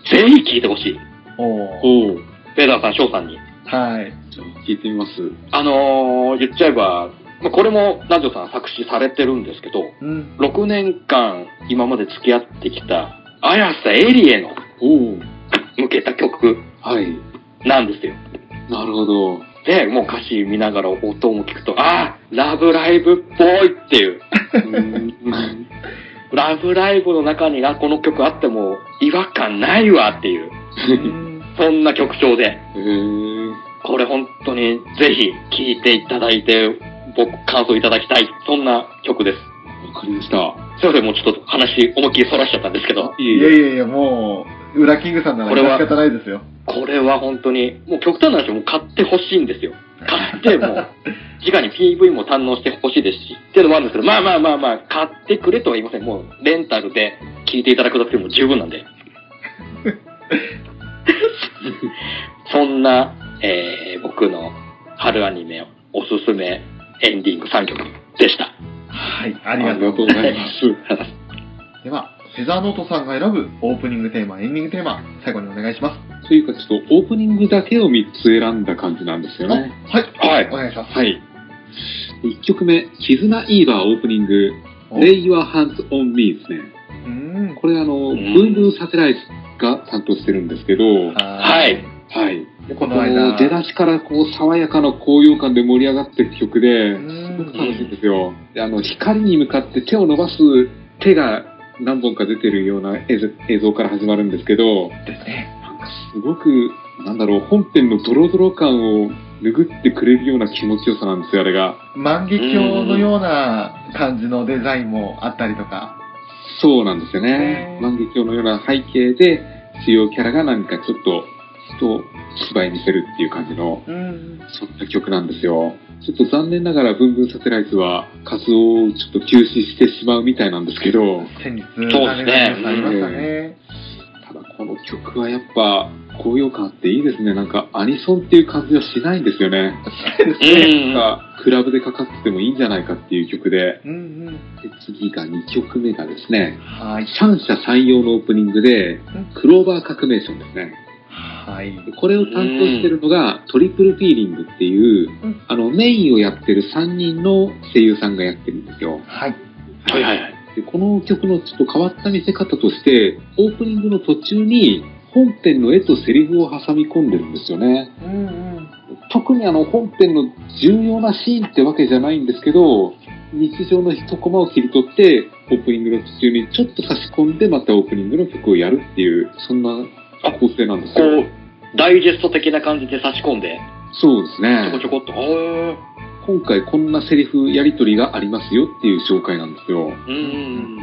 [SPEAKER 2] ぜひ聴いてほしい。
[SPEAKER 1] ーおー
[SPEAKER 3] おー
[SPEAKER 2] ベダーさん、翔さんに。
[SPEAKER 1] はい。
[SPEAKER 3] じゃあ聞いてみます。
[SPEAKER 2] あのー、言っちゃえば、まあ、これも、男女さん作詞されてるんですけど、
[SPEAKER 1] うん。
[SPEAKER 2] 6年間今まで付き合ってきた綾瀬エリへの
[SPEAKER 3] おお。
[SPEAKER 2] 向けた曲
[SPEAKER 3] はい。
[SPEAKER 2] なんですよ。
[SPEAKER 3] なるほど。
[SPEAKER 2] で、もう歌詞見ながら音も聞くと、ああ、ラブライブっぽいっていう。
[SPEAKER 3] うん
[SPEAKER 2] ラブライブの中にあこの曲あっても違和感ないわっていう、
[SPEAKER 1] うん
[SPEAKER 2] そんな曲調で、
[SPEAKER 3] へえ。
[SPEAKER 2] これ本当にぜひ聴いていただいて、僕感想いただきたい、そんな曲です。
[SPEAKER 3] わかりました。
[SPEAKER 2] すいません、もうちょっと話思いっきりそらしちゃったんですけど。
[SPEAKER 1] <laughs>
[SPEAKER 3] い
[SPEAKER 1] いやいやいや、もう、裏キングさんなら
[SPEAKER 2] これは
[SPEAKER 1] 仕方ないですよ。
[SPEAKER 2] これは本当に、もう極端な話、もう買ってほしいんですよ。買って、も <laughs> う、直に PV も堪能してほしいですし、っていうのもあるんですけど、まあまあまあまあ、買ってくれとは言いません。もう、レンタルで聞いていただくだけでも十分なん <laughs> で。そんな、えー僕の春アニメおすすめエンディング3曲でした。
[SPEAKER 1] はい。あ
[SPEAKER 3] あ
[SPEAKER 1] りがとう
[SPEAKER 3] ございます。
[SPEAKER 1] では、フェザーノートさんが選ぶオープニングテーマ、エンディングテーマ、最後にお願いします。
[SPEAKER 3] というか、ちょっとオープニングだけを3つ選んだ感じなんですよね。
[SPEAKER 1] はい。
[SPEAKER 2] はい
[SPEAKER 1] お願いします。
[SPEAKER 3] はい。1曲目、絆イーバーオープニング、
[SPEAKER 1] お
[SPEAKER 3] Lay Your Hands on Me ですね。
[SPEAKER 1] うん。
[SPEAKER 3] これあの、ブ
[SPEAKER 2] ん
[SPEAKER 3] ンブンサテライスが担当してるんですけど、は
[SPEAKER 1] はい。
[SPEAKER 3] い。
[SPEAKER 1] でこ
[SPEAKER 3] こ
[SPEAKER 1] の間
[SPEAKER 3] の、出だしからこう爽やかな高揚感で盛り上がってる曲で、
[SPEAKER 1] うん
[SPEAKER 3] すごく楽しいんですよ。であの、光に向かって手を伸ばす手が何本か出てるような映像映像から始まるんですけど、
[SPEAKER 1] ですね。
[SPEAKER 3] なんかすごく、なんだろう、本編のドロドロ感を拭ってくれるような気持ちよさなんですよ、あれが。
[SPEAKER 1] 万華鏡のような感じのデザインもあったりとか。
[SPEAKER 3] そうなんですよ
[SPEAKER 1] ね
[SPEAKER 3] ね。万華鏡のような背景で、主要キャラが何かちょっと、人を芝居見せるっていう感じの、
[SPEAKER 1] うん。
[SPEAKER 3] そんな曲なんですよ。ちょっと残念ながら、ブンブンサテライズは活動をちょっと休止してしまうみたいなんですけど、
[SPEAKER 1] 先日、
[SPEAKER 2] すね
[SPEAKER 1] あれがニュースありましたね。
[SPEAKER 3] ただこの曲はやっぱ、高揚感あっていいですね。なんか、アニソンっていう感じはしないんですよね。
[SPEAKER 2] うん。
[SPEAKER 3] がクラブでかかっててもいいんじゃないかっていう曲で、
[SPEAKER 1] うんうん。
[SPEAKER 3] で次が2曲目がですね、
[SPEAKER 1] はい。
[SPEAKER 3] 三者三様のオープニングで、クローバー革命ションですね。
[SPEAKER 1] はい。
[SPEAKER 3] でこれを担当してるのが、トリプルピーリングっていう
[SPEAKER 1] うん、
[SPEAKER 3] あの、メインをやってる3人の声優さんがやってるんですよ。
[SPEAKER 1] はい。
[SPEAKER 2] はいはいはい。
[SPEAKER 3] でこの曲のちょっと変わった見せ方として、オープニングの途中に、本編の絵とセリフを挟み込んでるんですよね。
[SPEAKER 1] うんうん。
[SPEAKER 3] 特にあの本編の重要なシーンってわけじゃないんですけど、日常の一コマを切り取って、オープニングの途中にちょっと差し込んで、またオープニングの曲をやるっていう、そんな構成なんです
[SPEAKER 2] こ
[SPEAKER 3] よ。
[SPEAKER 2] う、ダイジェスト的な感じで差し込んで、
[SPEAKER 3] そうです
[SPEAKER 2] ちょこ
[SPEAKER 3] ね
[SPEAKER 2] ち。ょこっと、おー
[SPEAKER 3] 今回こんなセリフやりとりがありますよっていう紹介なんですよ。
[SPEAKER 2] うん。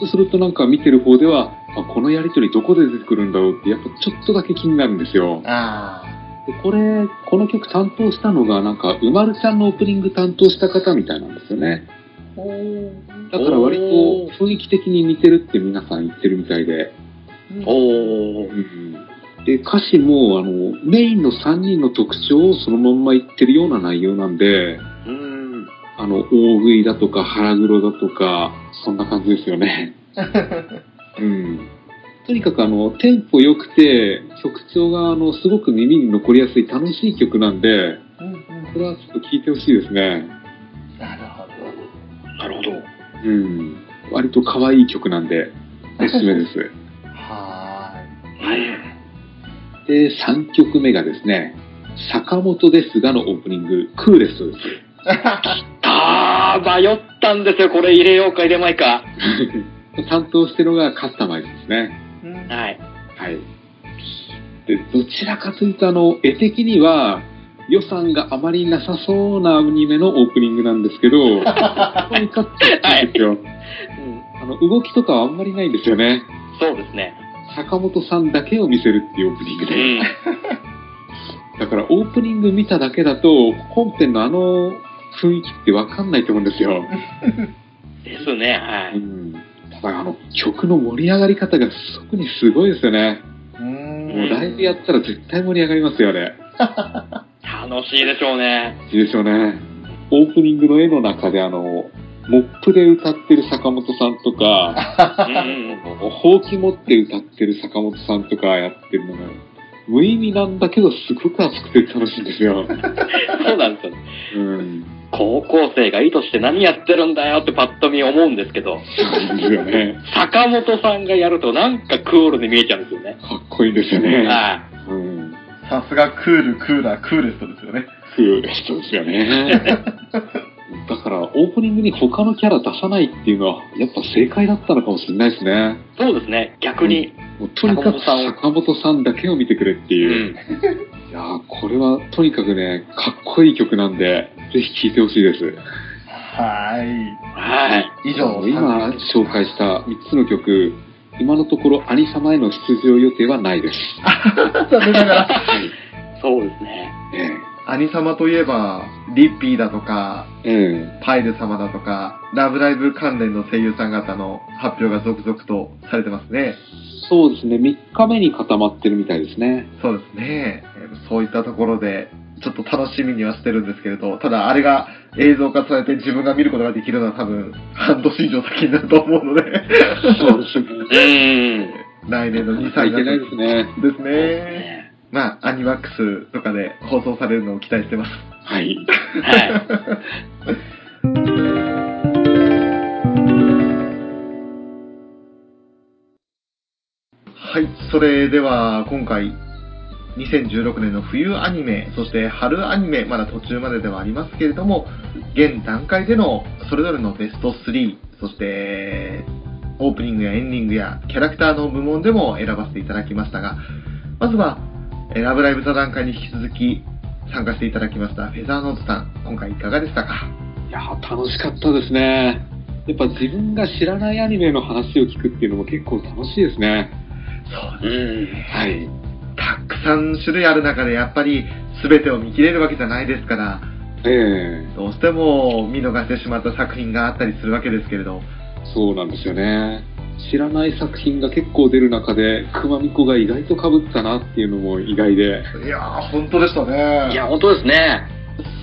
[SPEAKER 3] そうするとなんか見てる方では、あこのやりとりどこで出てくるんだろうって、やっぱちょっとだけ気になるんですよ。
[SPEAKER 1] あ
[SPEAKER 3] でこれ、この曲担当したのが、なんか、うまるちゃんのオープニング担当した方みたいなんですよね。
[SPEAKER 1] あ。おー
[SPEAKER 3] だから割と雰囲気的に似てるって皆さん言ってるみたいで。
[SPEAKER 2] おー
[SPEAKER 3] で、歌詞も、あの、メインの3人の特徴をそのまんま言ってるような内容なんで、
[SPEAKER 2] うん。
[SPEAKER 3] あの、大食いだとか腹黒だとか、そんな感じですよね。うん。とにかくあの、テンポ良くて、曲調があの、すごく耳に残りやすい楽しい曲なんで、
[SPEAKER 1] うんうん
[SPEAKER 3] これはちょっと聴いてほしいですね。
[SPEAKER 1] なるほど。
[SPEAKER 2] なるほど。
[SPEAKER 3] うん。割と可愛い曲なんで、おすすめです。
[SPEAKER 1] は
[SPEAKER 2] はい。
[SPEAKER 3] で、3曲目がですね、坂本ですがのオープニング、クーレストです。
[SPEAKER 2] あー、迷ったんですよ。これ入れようか入れまいか。
[SPEAKER 3] 担当してるのがカスタマイズですね。
[SPEAKER 1] ーい。うん
[SPEAKER 2] はい。
[SPEAKER 3] はい。で、どちらかというと、あの、絵的には、予算があまりなさそうなアニメのオープニングなんですけど、とにかくいいんですよ。
[SPEAKER 2] うん、
[SPEAKER 3] あの、動きとかはあんまりないんですよね。
[SPEAKER 2] そうですね。
[SPEAKER 3] 坂本さんだけを見せるっていうオープニング
[SPEAKER 2] う
[SPEAKER 3] で。
[SPEAKER 2] ん。
[SPEAKER 3] だからオープニング見ただけだと、本編のあの雰囲気ってわかんないと思うんですよ。
[SPEAKER 2] ですね。はい。
[SPEAKER 3] うん。ただあの、曲の盛り上がり方が特にすごいですよね。
[SPEAKER 1] うーん
[SPEAKER 3] もうライブやったら絶対盛り上がりますよね。
[SPEAKER 2] 楽しいでしょうね。
[SPEAKER 3] いいですよね。オープニングの絵の中であの、モップで歌ってる坂本さんとか、
[SPEAKER 2] うん。
[SPEAKER 3] ほうき持って歌ってる坂本さんとかやってるのが、無意味なんだけどすごく熱くて楽しいんですよ。
[SPEAKER 2] そうなんですよ。
[SPEAKER 3] うん。
[SPEAKER 2] 高校生が意図して何やってるんだよってパッと見思うんですけど、
[SPEAKER 3] そうなんですよね。
[SPEAKER 2] 坂本さんがやるとなんかクールに見えちゃうんですよね。
[SPEAKER 3] かっこいいですよね。
[SPEAKER 2] は
[SPEAKER 3] うん。
[SPEAKER 1] さすがクール、クーラー、クーレストですよね。
[SPEAKER 3] クールな人ですよ <laughs> ね。だから、オープニングに他のキャラ出さないっていうのは、やっぱ正解だったのかもしれないですね。
[SPEAKER 2] い。そうですね。逆に。
[SPEAKER 3] もうとにかく
[SPEAKER 2] 坂本さんを
[SPEAKER 3] 坂本さんだけを見てくれって
[SPEAKER 2] う
[SPEAKER 3] いう。
[SPEAKER 2] ん。
[SPEAKER 3] いやーこれはとにかくね、かっこいい曲なんで、ぜひ聴いてほしいです。
[SPEAKER 1] はー
[SPEAKER 2] はい。
[SPEAKER 1] い。以上、
[SPEAKER 3] 今
[SPEAKER 1] 三
[SPEAKER 3] 紹介した3つの曲、今のところアニ様への出場予定はないです。
[SPEAKER 1] 人残念ながら。
[SPEAKER 2] そうですね。
[SPEAKER 3] え
[SPEAKER 1] 兄様といえば、リッピーだとか、
[SPEAKER 3] ええ
[SPEAKER 1] パイル様だとか、ラブライブ関連の声優さん方の発表が続々とされてますね。
[SPEAKER 3] えそうですね、3日目に固まってるみたいですね。
[SPEAKER 1] そうですね。えーそういったところで、ちょっと楽しみにはしてるんですけれど、ただあれが映像化されて自分が見ることができるのは多分半年以上先になると思うので、
[SPEAKER 3] そうですね。
[SPEAKER 2] うん。
[SPEAKER 1] 来年の2
[SPEAKER 3] <laughs> い
[SPEAKER 1] 歳
[SPEAKER 3] けないですね。
[SPEAKER 1] ですね。
[SPEAKER 2] ね
[SPEAKER 1] まあ、アニマックスとかで放送されるのを期待してます。
[SPEAKER 3] はい。
[SPEAKER 2] はい。
[SPEAKER 1] はい、それでは今回、2016年の冬アニメ、そして春アニメ、まだ途中までではありますけれども、現段階でのそれぞれのベスト3、そしてオープニングやエンディングやキャラクターの部門でも選ばせていただきましたが、まずは、えーラブライブ座談会に引き続き参加していただきましたフェザーノートさん、今回いかがでしたか
[SPEAKER 3] いやー楽しかったですね。やっぱ自分が知らないアニメの話を聞くっていうのも結構楽しいですね。
[SPEAKER 1] そう
[SPEAKER 2] う
[SPEAKER 1] です。
[SPEAKER 2] ん。
[SPEAKER 3] はい。
[SPEAKER 1] たくさん種類ある中でやっぱり全てを見切れるわけじゃないですから、
[SPEAKER 3] ええ
[SPEAKER 1] どうしても見逃してしまった作品があったりするわけですけれど、
[SPEAKER 3] そうなんですよね。知らない作品が結構出る中で、熊巫女が意外と被ったなっていうのも意外で。
[SPEAKER 1] いやー、本当でしたね
[SPEAKER 2] いや、本当ですね。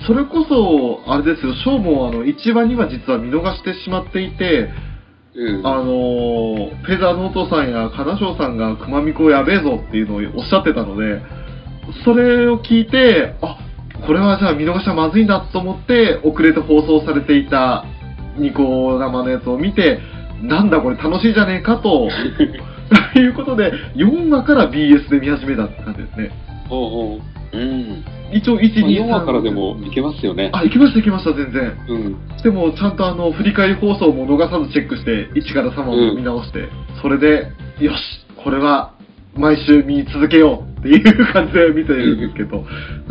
[SPEAKER 1] それこそ、あれですよ、ショーもあの1話には実は見逃してしまっていて、
[SPEAKER 3] うん
[SPEAKER 1] あのーフェザーノートさんや金賞さんが熊巫女やべえぞっていうのをおっしゃってたので、それを聞いて、あこれはじゃあ見逃しはまずいなと思って、遅れて放送されていたニコ生のやつを見て、なんだこれ楽しいじゃねえかと、 <laughs> ということで、4話から BS で見始めたって感じですね。
[SPEAKER 3] ほうほう
[SPEAKER 2] うん。
[SPEAKER 1] 一応、1、
[SPEAKER 3] まあ
[SPEAKER 1] 2、3。
[SPEAKER 3] 4話からでもいけますよね。
[SPEAKER 1] あ、行きました行きました、全然。
[SPEAKER 3] うん。
[SPEAKER 1] でも、ちゃんとあの、振り返り放送も逃さずチェックして、1から3話も見直して、それで、よし、これは、毎週見続けようっていう感じで見てるんですけど、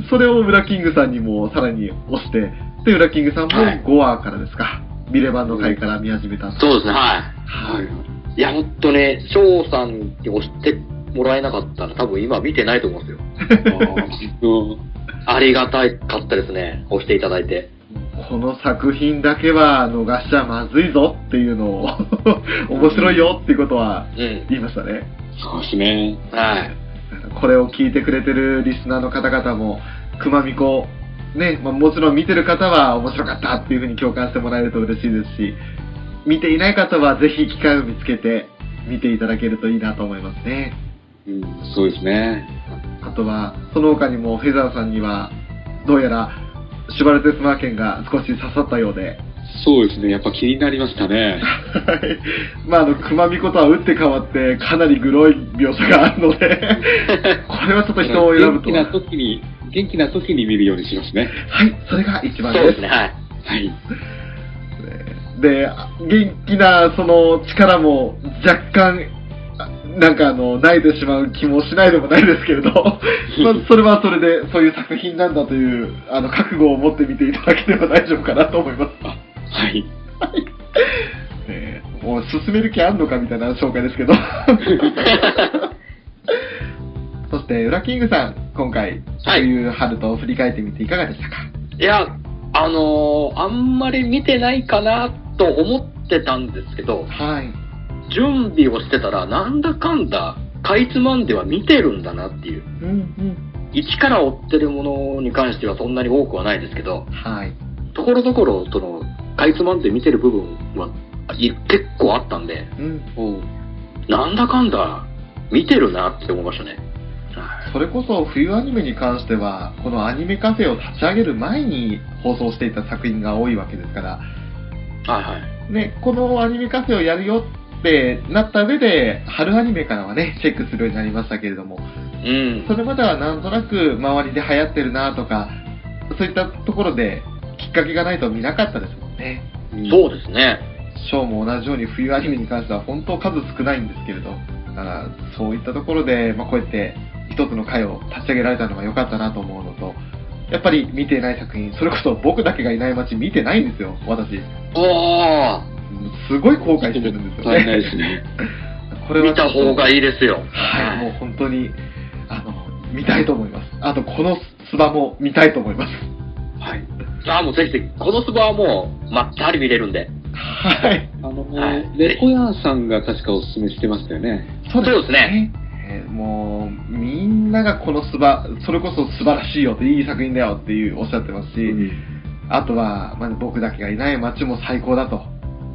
[SPEAKER 1] それを裏キングさんにもさらに押して、で、裏キングさんも
[SPEAKER 2] はい
[SPEAKER 1] 5話からですか、ビレバンの回から見始めた。はい。
[SPEAKER 2] そうですね。は
[SPEAKER 1] <laughs>
[SPEAKER 3] はい。
[SPEAKER 2] い。いや、本当ね、翔さんに押してもらえなかったら多分今見てないと思うんですよ。
[SPEAKER 3] あーそう
[SPEAKER 2] ありがたかったですね。押していただいて。
[SPEAKER 1] この作品だけは逃しちゃまずいぞっていうのを <laughs> 面白いよっていうことは
[SPEAKER 2] うん。
[SPEAKER 1] 言いましたね
[SPEAKER 3] そうですね。
[SPEAKER 2] はい。
[SPEAKER 1] これを聞いてくれてるリスナーの方々も熊巫女ね、まあ、もちろん見てる方は面白かったっていうふうに共感してもらえると嬉しいですし見ていない方はぜひ機会を見つけて見ていただけるといいなと思いますね
[SPEAKER 3] うん、そうですね。
[SPEAKER 1] あとはその他にもフェザーさんにはどうやらシュバルツェスマーケンが少し刺さったようで <laughs>
[SPEAKER 3] そうですね。やっぱ気になりました
[SPEAKER 1] は
[SPEAKER 3] ね。
[SPEAKER 1] い。まあ、あの、熊巫女とは打って変わって、かなりグロい描写があるので、
[SPEAKER 3] <laughs>
[SPEAKER 1] これはちょっと人を選ぶ
[SPEAKER 3] 元
[SPEAKER 1] と。
[SPEAKER 3] 気
[SPEAKER 1] は、
[SPEAKER 3] ない時に、元気な時に見るようにしますね。
[SPEAKER 1] それが一
[SPEAKER 2] そ
[SPEAKER 1] 番
[SPEAKER 2] う
[SPEAKER 1] で
[SPEAKER 2] ですす。ね。はい。
[SPEAKER 3] はい。
[SPEAKER 1] で、元気な、その、力も若干、あなんかあの、泣いてしまう気もしないでもないですけ <laughs> れど、まあ、それはそれで、そういう作品なんだという、あの、覚悟を持って見ていただければ大丈夫かなと思い <laughs> ます。
[SPEAKER 3] はい。
[SPEAKER 1] えーもう進める気あんのかみたいな紹介です <laughs> けど。そして、ウラキングさん、今回、
[SPEAKER 2] はい
[SPEAKER 1] そういう春と振り返ってみていかがでしたか
[SPEAKER 2] いや、あのーあんまり見てないかなと思ってたんですけど、
[SPEAKER 1] はい。
[SPEAKER 2] 準備をしてたら、なんだかんだ、かいつまんでは見てるんだなっていう。
[SPEAKER 1] うん
[SPEAKER 2] 一から追ってるものに関してはそんなに多くはないですけど
[SPEAKER 1] う、ん。はい。
[SPEAKER 2] ところどころ、その、かいつまんで見てる部分はい結構あったんで、
[SPEAKER 1] うん。
[SPEAKER 2] なんだかんだ、見てるなって思いましたね。はい
[SPEAKER 1] それこそ冬アニメに関しては、このアニメカフェを立ち上げる前に放送していた作品が多いわけですから、
[SPEAKER 2] はいはい。
[SPEAKER 1] ね、このアニメカフェをやるよってなった上で、春アニメからはね、チェックするようになりましたけれども、
[SPEAKER 2] うん。
[SPEAKER 1] それまではなんとなく周りで流行ってるなとか、そういったところできっかけがないと見なかったですもんね。
[SPEAKER 2] そうですね。
[SPEAKER 1] ショーも同じように冬アニメに関しては本当数少ないんですけれど、あーそういったところで、まあ、こうやって一つの回を立ち上げられたのが良かったなと思うのと、やっぱり見てない作品、それこそ僕だけがいない街見てないんですよ、私。
[SPEAKER 2] おー、
[SPEAKER 1] すごい後悔してるんですよ
[SPEAKER 3] もったいない
[SPEAKER 1] ね。
[SPEAKER 3] ですね。
[SPEAKER 1] <laughs> これは
[SPEAKER 2] 見た方がいいですよ。
[SPEAKER 1] はい、もう本当に、あの、見たいと思います。あと、このスバも見たいと思います。
[SPEAKER 3] はい。
[SPEAKER 2] ああ、もうぜひぜひ、このスバはもう、まったり見れるんで。
[SPEAKER 1] はい。
[SPEAKER 3] <laughs> あの、
[SPEAKER 2] はい
[SPEAKER 3] レコヤーさんが確かおすすめしてましたよね。
[SPEAKER 1] そう
[SPEAKER 2] そうですね。
[SPEAKER 1] えーもう、みんながこのスバ、それこそ素晴らしいよって、いい作品だよっていうおっしゃってますし、あとは、まあ、僕だけがいない街も最高だと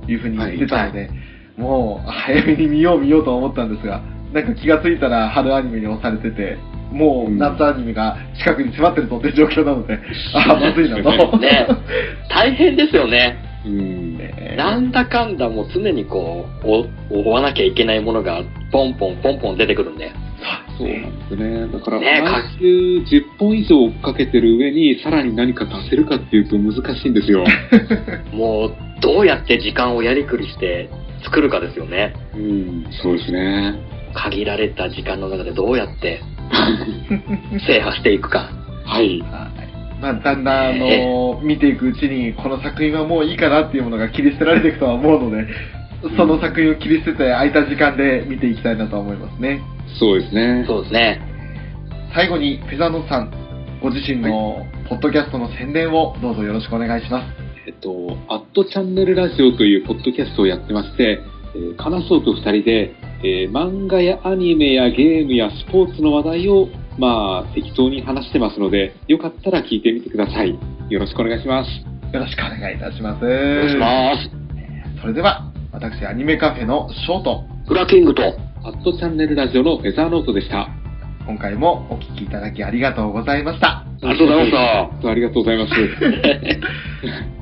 [SPEAKER 1] いうふうに言ってたので、もう早めに見よう見ようと思ったんですが、なんか気がついたら春アニメに押されてて、もう夏アニメが近くに迫ってるぞっていう状況なので、ああ、まずいなと。 <laughs>
[SPEAKER 2] ね大変ですよね。
[SPEAKER 3] うん。
[SPEAKER 1] ね
[SPEAKER 2] なんだかんだもう常にこう、お追わなきゃいけないものが、ポンポンポンポン出てくるんで。
[SPEAKER 3] そうなんですね。だから、
[SPEAKER 2] ね
[SPEAKER 3] 毎週10本以上追っかけてる上に、さらに何か出せるかっていうと難しいんですよ。
[SPEAKER 2] もう、どうやって時間をやりくりして作るかですよね。
[SPEAKER 3] <laughs> うん、そうですね。
[SPEAKER 2] 限られた時間の中でどうやって制覇していくか。
[SPEAKER 3] はい。
[SPEAKER 1] はいまあ、だんだん、あの見ていくうちに、この作品はもういいかなっていうものが切り捨てられていくとは思うので、その作品を切り捨てて空いた時間で見ていきたいなとは思いますね。
[SPEAKER 3] そうですね。
[SPEAKER 2] そうですね。
[SPEAKER 1] 最後に、フェザーノさん、ご自身のポッドキャストの宣伝をどうぞよろしくお願いします。
[SPEAKER 3] えっと、アットチャンネルラジオというポッドキャストをやってまして、えー、金うと二人で、えー漫画やアニメやゲームやスポーツの話題を、まあ、適当に話してますので、よかったら聞いてみてください。よろしくお願いします。
[SPEAKER 1] よろしくお願いいたします。
[SPEAKER 2] お願いします。
[SPEAKER 1] それでは、私、アニメカフェのショート、
[SPEAKER 2] フラキングと、
[SPEAKER 3] アットチャンネルラジオのフェザーノートでした。
[SPEAKER 1] 今回もお聞きいただきありがとうございました。
[SPEAKER 2] ありがとうございました。 <laughs>
[SPEAKER 3] ありがとうございます。